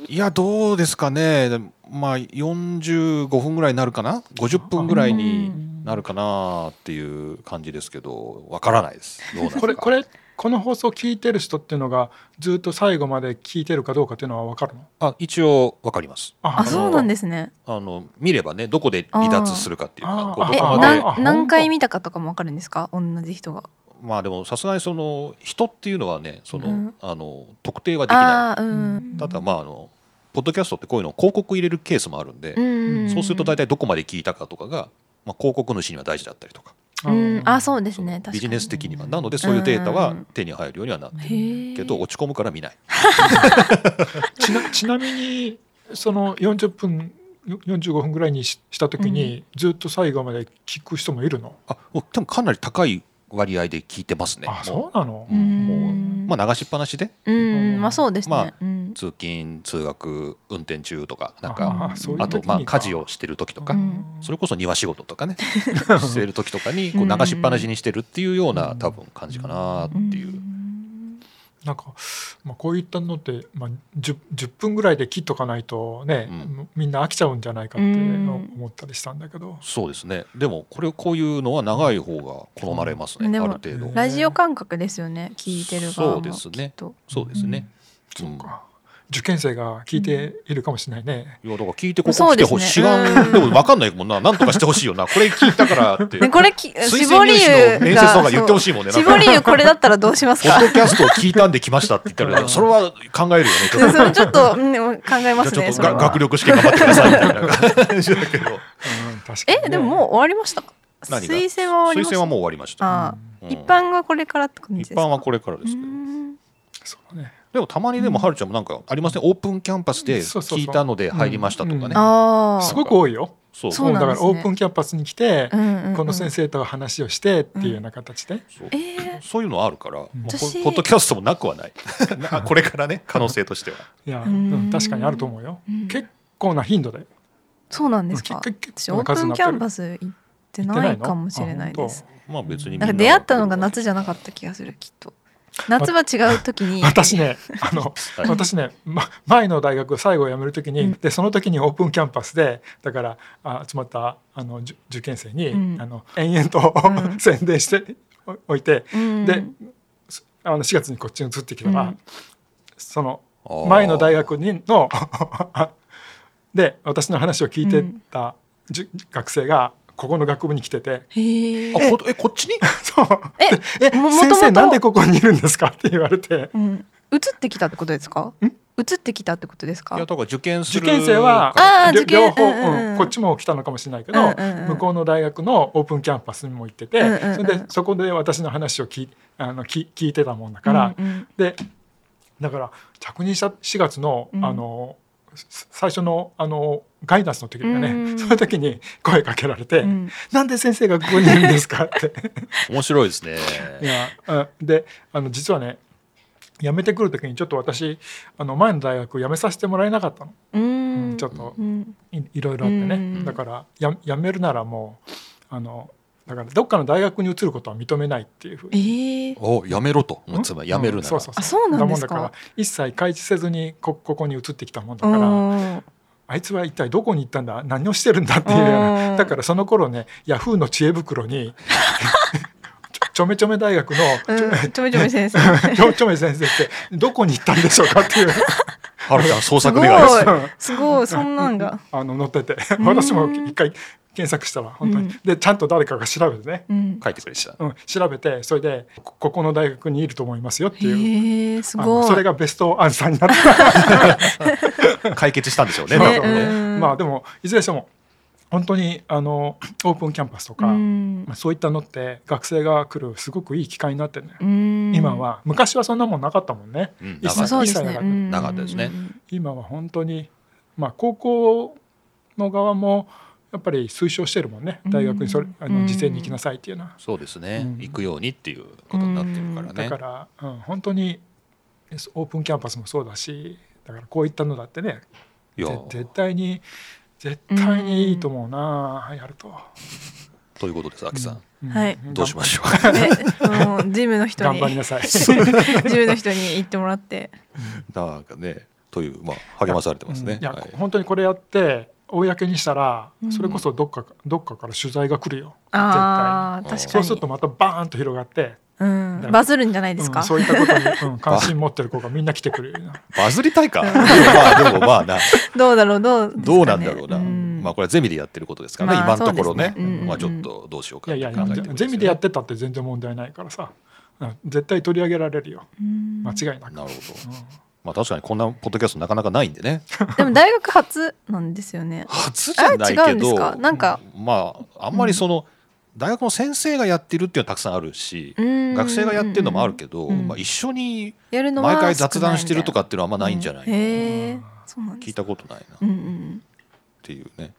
[SPEAKER 1] いやどうですかねでもまあ45分ぐらいになるかな50分ぐらいになるかなっていう感じですけどわからないですどうなるか
[SPEAKER 2] これこれこの放送聞いてる人っていうのがずっと最後まで聞いてるかどうかっていうのは分かるの
[SPEAKER 1] あ一応わかります
[SPEAKER 2] あ
[SPEAKER 3] あ、そうなん
[SPEAKER 2] で
[SPEAKER 3] ですね。
[SPEAKER 1] あの見ればねどこで離脱するかっていう
[SPEAKER 2] あ
[SPEAKER 1] か
[SPEAKER 2] ー
[SPEAKER 1] こう
[SPEAKER 2] あ
[SPEAKER 1] ど
[SPEAKER 2] ー
[SPEAKER 3] え、
[SPEAKER 1] こま
[SPEAKER 2] あ
[SPEAKER 1] で
[SPEAKER 2] あ
[SPEAKER 3] な
[SPEAKER 2] ー
[SPEAKER 3] 何回見たかとかもわかるんですか同じ人が。
[SPEAKER 1] まあでもさすがにその人っていうのはねその、
[SPEAKER 3] うん
[SPEAKER 1] あの特定はできない
[SPEAKER 3] ああ、うん。
[SPEAKER 1] ただまああのポッドキャストってこういうの広告入れるケースもあるんで、
[SPEAKER 3] うん。
[SPEAKER 1] そうすると大体どこまで聞いたかとかが、まあ、広告主には大事だったりとか
[SPEAKER 3] うん。あ、
[SPEAKER 2] う
[SPEAKER 3] そうですね。確かに。
[SPEAKER 1] ビジネス的にはなのでそういうデータ
[SPEAKER 3] う
[SPEAKER 1] は
[SPEAKER 3] ん
[SPEAKER 1] 手に入るようにはなってる
[SPEAKER 3] へえ。
[SPEAKER 1] けど落ち込むから見ない
[SPEAKER 2] ちなちなみにその40分よ45分ぐらいにしした時にずっと最後まで聞く人もいるの、
[SPEAKER 1] あもう多分かなり高い割合で聞いてますね
[SPEAKER 2] あ
[SPEAKER 1] も
[SPEAKER 2] そうなの
[SPEAKER 1] う、もう
[SPEAKER 3] うん
[SPEAKER 1] まあ、流しっぱなしで
[SPEAKER 3] うん、まあそうです
[SPEAKER 1] ま
[SPEAKER 3] ね
[SPEAKER 1] あ。
[SPEAKER 3] うん
[SPEAKER 1] 通勤通学運転中とかなん
[SPEAKER 3] あ
[SPEAKER 1] か
[SPEAKER 3] あそういう
[SPEAKER 1] あとまあ家事
[SPEAKER 2] を
[SPEAKER 1] をしてる時とか、
[SPEAKER 3] うん
[SPEAKER 1] それこそ庭仕事と
[SPEAKER 3] [LAUGHS]
[SPEAKER 1] かねしてる時とかにこう流しっぱなしにしてるっていうような多分感じかなっていう、
[SPEAKER 3] ん
[SPEAKER 2] なんか、まあ、こういったのって、まあ、10, 10分ぐらいで切っとかないとね、
[SPEAKER 1] う
[SPEAKER 2] みんな飽きちゃうんじゃないかって
[SPEAKER 3] うん
[SPEAKER 2] 思ったりしたんだけど、
[SPEAKER 1] そうですねでもこれこういうのは長い方が好まれますね、
[SPEAKER 3] で
[SPEAKER 1] あ
[SPEAKER 3] も
[SPEAKER 1] る程度
[SPEAKER 2] うん
[SPEAKER 3] ラジオ感覚ですよね聞いてる側も
[SPEAKER 1] そうですね
[SPEAKER 3] きっと
[SPEAKER 1] そうですね、
[SPEAKER 2] そうか受験生が聞いているかもしれないね。
[SPEAKER 1] いやだから聞いてここ来てほしい、
[SPEAKER 3] そうで
[SPEAKER 1] 違
[SPEAKER 3] すねう
[SPEAKER 1] うんでも分かんないもん
[SPEAKER 3] [LAUGHS]
[SPEAKER 1] ななんとかしてほしいよなこれ聞いたからって
[SPEAKER 3] ねこれき
[SPEAKER 1] 推
[SPEAKER 3] 絞
[SPEAKER 1] 薦入
[SPEAKER 3] り
[SPEAKER 1] 試
[SPEAKER 3] 湯
[SPEAKER 1] の面接とか言ってほしいもんね
[SPEAKER 3] そう
[SPEAKER 1] なん
[SPEAKER 3] 絞
[SPEAKER 1] か
[SPEAKER 3] り湯これだったらどうします
[SPEAKER 1] ポ
[SPEAKER 3] か
[SPEAKER 1] ッドキャストを聞いたんで来ましたって言ったらそれは考えるよねちょっ
[SPEAKER 3] [LAUGHS] それちょっと、うん、でも考えま
[SPEAKER 1] と
[SPEAKER 3] す
[SPEAKER 1] じゃあ
[SPEAKER 3] ね
[SPEAKER 1] ち
[SPEAKER 3] そ
[SPEAKER 1] ょっと
[SPEAKER 3] れ
[SPEAKER 1] が
[SPEAKER 3] は
[SPEAKER 1] 学力試験頑張ってくださいみたいな感じだけど
[SPEAKER 2] うん確かにね
[SPEAKER 3] えでももう終わりました
[SPEAKER 1] 何が
[SPEAKER 3] 推薦は終
[SPEAKER 1] 推
[SPEAKER 3] わりまし
[SPEAKER 1] 薦はもう終わりました、
[SPEAKER 3] あ
[SPEAKER 1] う
[SPEAKER 3] た
[SPEAKER 1] ん
[SPEAKER 3] 一般がこれからって感じです
[SPEAKER 1] 一
[SPEAKER 3] か
[SPEAKER 1] 般はこれからですけど
[SPEAKER 3] う
[SPEAKER 2] そうだね
[SPEAKER 1] でもたまにでも
[SPEAKER 2] うん
[SPEAKER 1] はるちゃんもなんかありません、オープンキャンパスで
[SPEAKER 2] そうそうそ
[SPEAKER 1] 聞
[SPEAKER 2] う
[SPEAKER 1] いたので入りましたとかね、
[SPEAKER 2] うん
[SPEAKER 3] ーんああ
[SPEAKER 2] すごく多いよ
[SPEAKER 1] そう
[SPEAKER 3] そうなんですね
[SPEAKER 2] もだからオープンキャンパスに来て、この先
[SPEAKER 3] 生
[SPEAKER 2] 生と話をしてっていうような形で、
[SPEAKER 1] そう
[SPEAKER 3] えー
[SPEAKER 1] そういうのあるから、もうポ
[SPEAKER 3] 私
[SPEAKER 1] ポッドキャストもなくはないなこれからね可能性としては、
[SPEAKER 2] いや、
[SPEAKER 3] う
[SPEAKER 2] うんん、確かにあると思うよ、
[SPEAKER 3] うん
[SPEAKER 2] 結構な頻度で
[SPEAKER 3] そうなんですか
[SPEAKER 2] 結構結
[SPEAKER 3] 私
[SPEAKER 2] 構
[SPEAKER 3] オ
[SPEAKER 2] な
[SPEAKER 3] ー
[SPEAKER 2] 数
[SPEAKER 3] プ
[SPEAKER 2] に
[SPEAKER 3] ン
[SPEAKER 2] なってる
[SPEAKER 3] キャンパス行ってないかもしれないです
[SPEAKER 1] まあ別にみ
[SPEAKER 3] なんか出会ったのが夏じゃなかった気がするきっと夏は違う時に
[SPEAKER 2] [LAUGHS] 私ねあの
[SPEAKER 1] はい
[SPEAKER 2] 私ね、ま、前の大学最後を辞めるときに、
[SPEAKER 3] うん
[SPEAKER 2] でその時にオープンキャンパスでだからあ集まったあの受受験生に、
[SPEAKER 3] うん
[SPEAKER 2] あの延々と、
[SPEAKER 3] う
[SPEAKER 2] [LAUGHS]
[SPEAKER 3] ん
[SPEAKER 2] 宣伝しておおいて
[SPEAKER 3] うん
[SPEAKER 2] であの4月にこっちに移ってきたら、
[SPEAKER 3] うん
[SPEAKER 2] その
[SPEAKER 1] あー
[SPEAKER 2] 前の大学にの [LAUGHS] で私の話を聞いてた、じゅ学生がここの学部に来てて
[SPEAKER 3] へえ
[SPEAKER 1] あこえこっちに
[SPEAKER 2] 「そう
[SPEAKER 3] え
[SPEAKER 2] [LAUGHS] でえ
[SPEAKER 3] も
[SPEAKER 2] 先
[SPEAKER 3] もとも
[SPEAKER 2] 生
[SPEAKER 3] と
[SPEAKER 2] なんでここにいるんですか?」って言われて。
[SPEAKER 3] うん移ってきたってことですか移ってきたってことですか
[SPEAKER 1] いやだから受験す
[SPEAKER 2] 受
[SPEAKER 1] る
[SPEAKER 2] 験生は
[SPEAKER 3] あー
[SPEAKER 2] りょ
[SPEAKER 3] 受験
[SPEAKER 2] 両方、
[SPEAKER 3] うんうんうん
[SPEAKER 2] うんこっちも来たのかもしれないけ
[SPEAKER 3] うん
[SPEAKER 2] ど、
[SPEAKER 3] うんうん
[SPEAKER 2] 向こうの大学のオープンキャンパスにも行ってて、
[SPEAKER 3] うんうんうん
[SPEAKER 2] それでそこで私の話を聞いあの聞聞いてたもんだから、
[SPEAKER 3] うんうん
[SPEAKER 2] でだから着任した4月の,、
[SPEAKER 3] うん
[SPEAKER 2] あのす最初のあのガイダンスの時だよね、
[SPEAKER 3] うんうん
[SPEAKER 2] その時に声かけられて「
[SPEAKER 3] うん
[SPEAKER 2] なんで先生がここにいるんですか?」っ
[SPEAKER 3] [LAUGHS]
[SPEAKER 2] て。
[SPEAKER 1] 面白いですね
[SPEAKER 2] いやうんであの実はね辞めてくる時にちょっと私あの前の大学辞めさせてもらえなかったの、
[SPEAKER 3] う
[SPEAKER 2] うん
[SPEAKER 3] ん
[SPEAKER 2] ちょっと
[SPEAKER 3] うん
[SPEAKER 2] いいろいろあってね、
[SPEAKER 3] うん
[SPEAKER 2] だからや辞めるならもうあのだからどっかの大学に移ることは認めないっていうふうに
[SPEAKER 3] ええ
[SPEAKER 1] おやめろともうつまりやめるなら、
[SPEAKER 2] うんそうそう
[SPEAKER 3] あそうな
[SPEAKER 2] だ
[SPEAKER 3] んで
[SPEAKER 2] もん
[SPEAKER 3] す
[SPEAKER 2] だか
[SPEAKER 3] から
[SPEAKER 2] 一切開示せずにこここに移ってきたもんだ
[SPEAKER 3] う
[SPEAKER 2] から、
[SPEAKER 3] ん
[SPEAKER 2] あいつは一体どこに行ったんだ何をしてるんだっていうよう
[SPEAKER 3] うん
[SPEAKER 2] なだからその頃ねヤフーの知恵袋
[SPEAKER 3] [LAUGHS]
[SPEAKER 2] にちょちょめちょめ大学の
[SPEAKER 3] うんちょめちょめ先生
[SPEAKER 2] ちょちょ [LAUGHS] め先生ってどこに行ったんでしょうかっていう
[SPEAKER 1] はるちゃん創作願いです
[SPEAKER 3] すごいすごいそんなんが
[SPEAKER 2] あの載ってて
[SPEAKER 3] ん
[SPEAKER 2] 私も一回検索したら本当に、
[SPEAKER 3] うん
[SPEAKER 2] でちゃんと誰かが調べてね、
[SPEAKER 3] うん
[SPEAKER 1] 書いてくれした
[SPEAKER 2] うん、調べてそれでこここの大学にいると思いますよっていう、
[SPEAKER 3] へえす
[SPEAKER 2] あの
[SPEAKER 3] ごい
[SPEAKER 2] それがベストアンサーになっ
[SPEAKER 3] [LAUGHS]
[SPEAKER 2] た、
[SPEAKER 1] 解決したんでしょうね
[SPEAKER 2] そう
[SPEAKER 1] 多
[SPEAKER 2] そう
[SPEAKER 1] 分ね
[SPEAKER 3] うん
[SPEAKER 2] まあでもいずれにしても本当にあのオープンキャンパスとか、
[SPEAKER 3] うん
[SPEAKER 2] まあ、そういったのって学生が来るすごくいい機会になってるね、
[SPEAKER 3] うん
[SPEAKER 2] 今は昔はそんなもんなかったもんね
[SPEAKER 1] うん
[SPEAKER 2] 一
[SPEAKER 1] な
[SPEAKER 2] 切
[SPEAKER 1] かっ
[SPEAKER 3] あ
[SPEAKER 1] た
[SPEAKER 3] そうです
[SPEAKER 2] 一切な
[SPEAKER 3] ね
[SPEAKER 2] かった
[SPEAKER 3] うん
[SPEAKER 1] なかったですね
[SPEAKER 2] 今は本当にまあ高校の側もやっぱり推奨してるもんね大学にそれ、
[SPEAKER 3] うん
[SPEAKER 2] あ
[SPEAKER 3] うん
[SPEAKER 2] の事前に行きなさいっていうのは、
[SPEAKER 1] そうですね、
[SPEAKER 2] うん
[SPEAKER 1] 行くようにっていうことになってるからね、
[SPEAKER 2] だから、うん、本当にえそオープンキャンパスもそうだしだからこういったのだってね
[SPEAKER 1] いや
[SPEAKER 2] ぜ絶対に絶対にいいと思うな、やると。
[SPEAKER 1] ということです秋さん、
[SPEAKER 2] うん
[SPEAKER 3] はい
[SPEAKER 1] どうしましょう
[SPEAKER 3] ねもうジムの人
[SPEAKER 2] 頑
[SPEAKER 3] に
[SPEAKER 2] 張りなさい。
[SPEAKER 3] ジムの人に行ってもらって
[SPEAKER 1] [LAUGHS] なんかねというまあ励まされてますね
[SPEAKER 2] [LAUGHS] うん。いや、
[SPEAKER 1] はい
[SPEAKER 2] 本当にこれやって公にしたら、
[SPEAKER 3] うん
[SPEAKER 2] それこそどっかかどっかから取材が来るよ。
[SPEAKER 3] ああ
[SPEAKER 1] 絶対に
[SPEAKER 3] 確
[SPEAKER 2] そ
[SPEAKER 3] か
[SPEAKER 2] うすると
[SPEAKER 3] に
[SPEAKER 2] またバーンと広がって、
[SPEAKER 3] うんバズるんじゃないです
[SPEAKER 2] う
[SPEAKER 3] か
[SPEAKER 2] んそういったことに、
[SPEAKER 3] [LAUGHS]
[SPEAKER 2] うん関心持ってる子がみんな来てくれるような。
[SPEAKER 1] バズりたいか。でもまあでもま
[SPEAKER 2] [LAUGHS]
[SPEAKER 1] あな
[SPEAKER 3] どうだろうどうですかね
[SPEAKER 1] どうなんだろうな。
[SPEAKER 3] ん
[SPEAKER 1] まあこれはゼミでやってることですからね
[SPEAKER 3] まあ
[SPEAKER 1] 今のところね
[SPEAKER 3] そうですねうん
[SPEAKER 1] まあちょっとどうしよう
[SPEAKER 2] い
[SPEAKER 1] か
[SPEAKER 2] や
[SPEAKER 1] っ
[SPEAKER 2] い
[SPEAKER 1] て考
[SPEAKER 2] や
[SPEAKER 1] え
[SPEAKER 2] い
[SPEAKER 1] て
[SPEAKER 2] や
[SPEAKER 1] ますよね
[SPEAKER 2] ゼミでやってたって全然問題ないからさ、うん絶対取り上げられるよ
[SPEAKER 3] うん
[SPEAKER 2] 間違いなく。
[SPEAKER 1] なるほど。まあ確かにこんなポッドキャストなかなかないんでね。
[SPEAKER 3] でも大学初なんですよね
[SPEAKER 1] 初じ
[SPEAKER 3] あ
[SPEAKER 1] ゃ
[SPEAKER 3] れ
[SPEAKER 1] ない
[SPEAKER 3] 違う
[SPEAKER 1] け
[SPEAKER 3] んですか
[SPEAKER 1] ど
[SPEAKER 3] なんか
[SPEAKER 1] まああんまりその大学の先生がやってるっていうのはたくさんあるし。学
[SPEAKER 3] 学
[SPEAKER 1] 生がやってるのもあるけど、
[SPEAKER 3] うん
[SPEAKER 1] まあ、一緒に
[SPEAKER 3] やるのは
[SPEAKER 1] 毎回雑談してるとかっていうのはあんま
[SPEAKER 3] 少
[SPEAKER 1] な
[SPEAKER 3] ない
[SPEAKER 1] いん
[SPEAKER 3] み
[SPEAKER 1] じ
[SPEAKER 3] た
[SPEAKER 1] ゃない
[SPEAKER 3] いうん
[SPEAKER 1] の、
[SPEAKER 3] へえそうなん
[SPEAKER 1] 聞
[SPEAKER 3] で
[SPEAKER 1] い
[SPEAKER 3] すね
[SPEAKER 1] たことないなっ
[SPEAKER 3] うんうん
[SPEAKER 1] ていうね、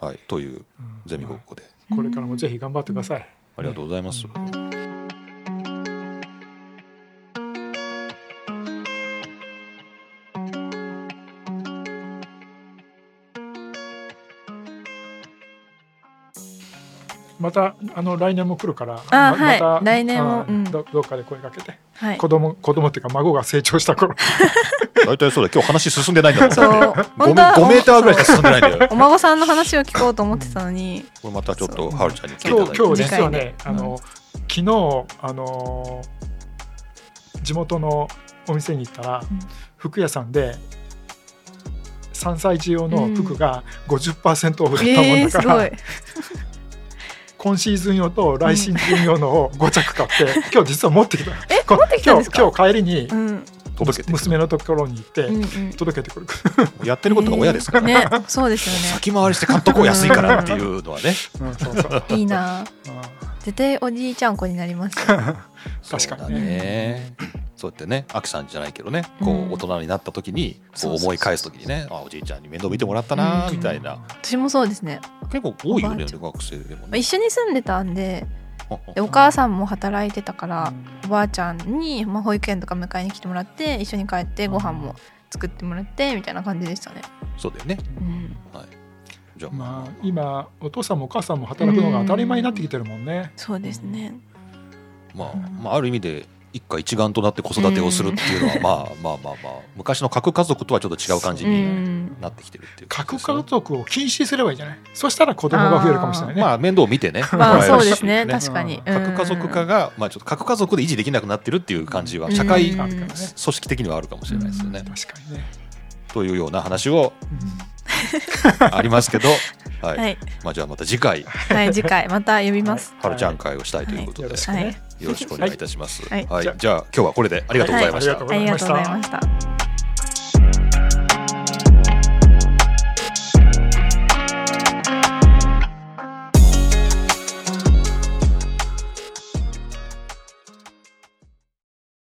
[SPEAKER 1] はい、というゼミごっこで
[SPEAKER 2] うんこれからもぜひ頑張ってください。
[SPEAKER 1] ありがとうございます。
[SPEAKER 2] またあの来年も来るから、
[SPEAKER 3] あ
[SPEAKER 2] ま
[SPEAKER 3] はい
[SPEAKER 2] また
[SPEAKER 3] 来年も
[SPEAKER 2] あ
[SPEAKER 3] うん
[SPEAKER 2] どどっかで声かけて、
[SPEAKER 3] はい
[SPEAKER 2] 子供子供っていうか孫が成長した頃、
[SPEAKER 1] 大体そうだ今日話進んでないんだもん
[SPEAKER 3] そう
[SPEAKER 1] 5
[SPEAKER 3] 本
[SPEAKER 1] メ
[SPEAKER 3] 当は
[SPEAKER 1] 5メーターぐらいしか進んで
[SPEAKER 3] [LAUGHS]
[SPEAKER 1] ないんだよ
[SPEAKER 3] お孫さんの話を聞こうと思ってたの
[SPEAKER 2] [LAUGHS]
[SPEAKER 3] に
[SPEAKER 1] これまたちょっとはるちゃんに来ていただ
[SPEAKER 2] 今
[SPEAKER 1] いて
[SPEAKER 2] 日今日
[SPEAKER 3] 次
[SPEAKER 2] 実
[SPEAKER 3] 回
[SPEAKER 2] は
[SPEAKER 3] ね
[SPEAKER 2] ね、あの昨日あのー地元のお店に行ったら、
[SPEAKER 3] ん
[SPEAKER 2] 服屋さんで3歳児用の服が50%オフだったも
[SPEAKER 3] え
[SPEAKER 2] ん
[SPEAKER 3] え
[SPEAKER 2] だ
[SPEAKER 3] す
[SPEAKER 2] から、
[SPEAKER 3] ごい
[SPEAKER 2] 今シーズン用と来シーズン用のを5着買
[SPEAKER 3] [LAUGHS]
[SPEAKER 2] って、今日実は持ってきた
[SPEAKER 3] え
[SPEAKER 2] こ
[SPEAKER 3] 持ってきたんですか
[SPEAKER 2] 今日今日帰りに、
[SPEAKER 3] うん
[SPEAKER 1] 届けて
[SPEAKER 2] 娘のところに行って、
[SPEAKER 3] うんうん
[SPEAKER 2] 届けてくる
[SPEAKER 1] やってることが親ですから、
[SPEAKER 3] ねそうですよね
[SPEAKER 1] [LAUGHS] 先回りして買っとこう安いからっていうのはね
[SPEAKER 2] うんそうそう
[SPEAKER 3] いいなぁ
[SPEAKER 2] うん
[SPEAKER 3] 絶対おじいちゃん子にな
[SPEAKER 1] [LAUGHS]
[SPEAKER 3] りますよ
[SPEAKER 2] 確か
[SPEAKER 1] そうだ
[SPEAKER 2] にね
[SPEAKER 1] ねそうやってねアキさんじゃないけどねこ
[SPEAKER 3] うん
[SPEAKER 1] う大人になった時に
[SPEAKER 3] そう
[SPEAKER 1] こう
[SPEAKER 3] そうそう
[SPEAKER 1] 思い返す時にねあおじいちゃんに面倒見てもらったな
[SPEAKER 3] うん
[SPEAKER 1] みたいな
[SPEAKER 3] 私もそうですね
[SPEAKER 1] 結構多いよ
[SPEAKER 3] おば
[SPEAKER 1] ね
[SPEAKER 3] あちゃん
[SPEAKER 1] 学生でもね
[SPEAKER 3] 一緒に住んでたんで
[SPEAKER 1] ああ
[SPEAKER 3] でお母さんも働いてたからおばあちゃんに、まあ、保育園とか迎えに来てもらって一緒に帰ってご飯も作ってもらってみたいな感じでしたね、
[SPEAKER 1] そうだよね
[SPEAKER 3] うん、
[SPEAKER 1] はいじゃあ
[SPEAKER 2] まあ今お父さんもお母さんも働くのが当たり前になってきてるもんね。
[SPEAKER 3] そうですね
[SPEAKER 1] まあ、まあ、ある意味で一家一丸となって子育てをするっていうのは、まあまあまあまあ昔の核家族とはちょっと違う感じ
[SPEAKER 3] う
[SPEAKER 1] に
[SPEAKER 3] ん
[SPEAKER 1] なってきてるっていうこと
[SPEAKER 2] 核
[SPEAKER 1] ですよ
[SPEAKER 2] 家
[SPEAKER 1] ね、
[SPEAKER 2] 族を禁止すればいいんじゃないそしたら子供が増えるかもしれないね。
[SPEAKER 1] まあ面倒を見てね、
[SPEAKER 3] [LAUGHS] まあ
[SPEAKER 1] [LAUGHS] もらえる
[SPEAKER 3] そう
[SPEAKER 1] し
[SPEAKER 3] ですね確かに、
[SPEAKER 2] うん
[SPEAKER 3] うん
[SPEAKER 1] 核家族化が、まあ、ちょっと核家族で維持できなくなってるっていう感じは社
[SPEAKER 3] う
[SPEAKER 1] 会
[SPEAKER 3] ん
[SPEAKER 1] 組
[SPEAKER 2] あるからね
[SPEAKER 1] 織的にはあるかもしれないですよね。
[SPEAKER 2] 確かにね。
[SPEAKER 1] というような話を
[SPEAKER 2] うん
[SPEAKER 1] ありますけ
[SPEAKER 2] [LAUGHS]
[SPEAKER 1] ど、はい
[SPEAKER 3] はい、
[SPEAKER 1] まあ、じゃあまた次回
[SPEAKER 3] はい、次回また呼びます
[SPEAKER 1] はるちゃん会をしたいということで、
[SPEAKER 2] よろしく
[SPEAKER 3] はい
[SPEAKER 2] ね。
[SPEAKER 1] よろしくお願いいたします。
[SPEAKER 3] はい
[SPEAKER 1] はいじゃあ今日はこれでありがとうございまし
[SPEAKER 2] はいありがとうございました
[SPEAKER 1] た。
[SPEAKER 3] ありがとうございました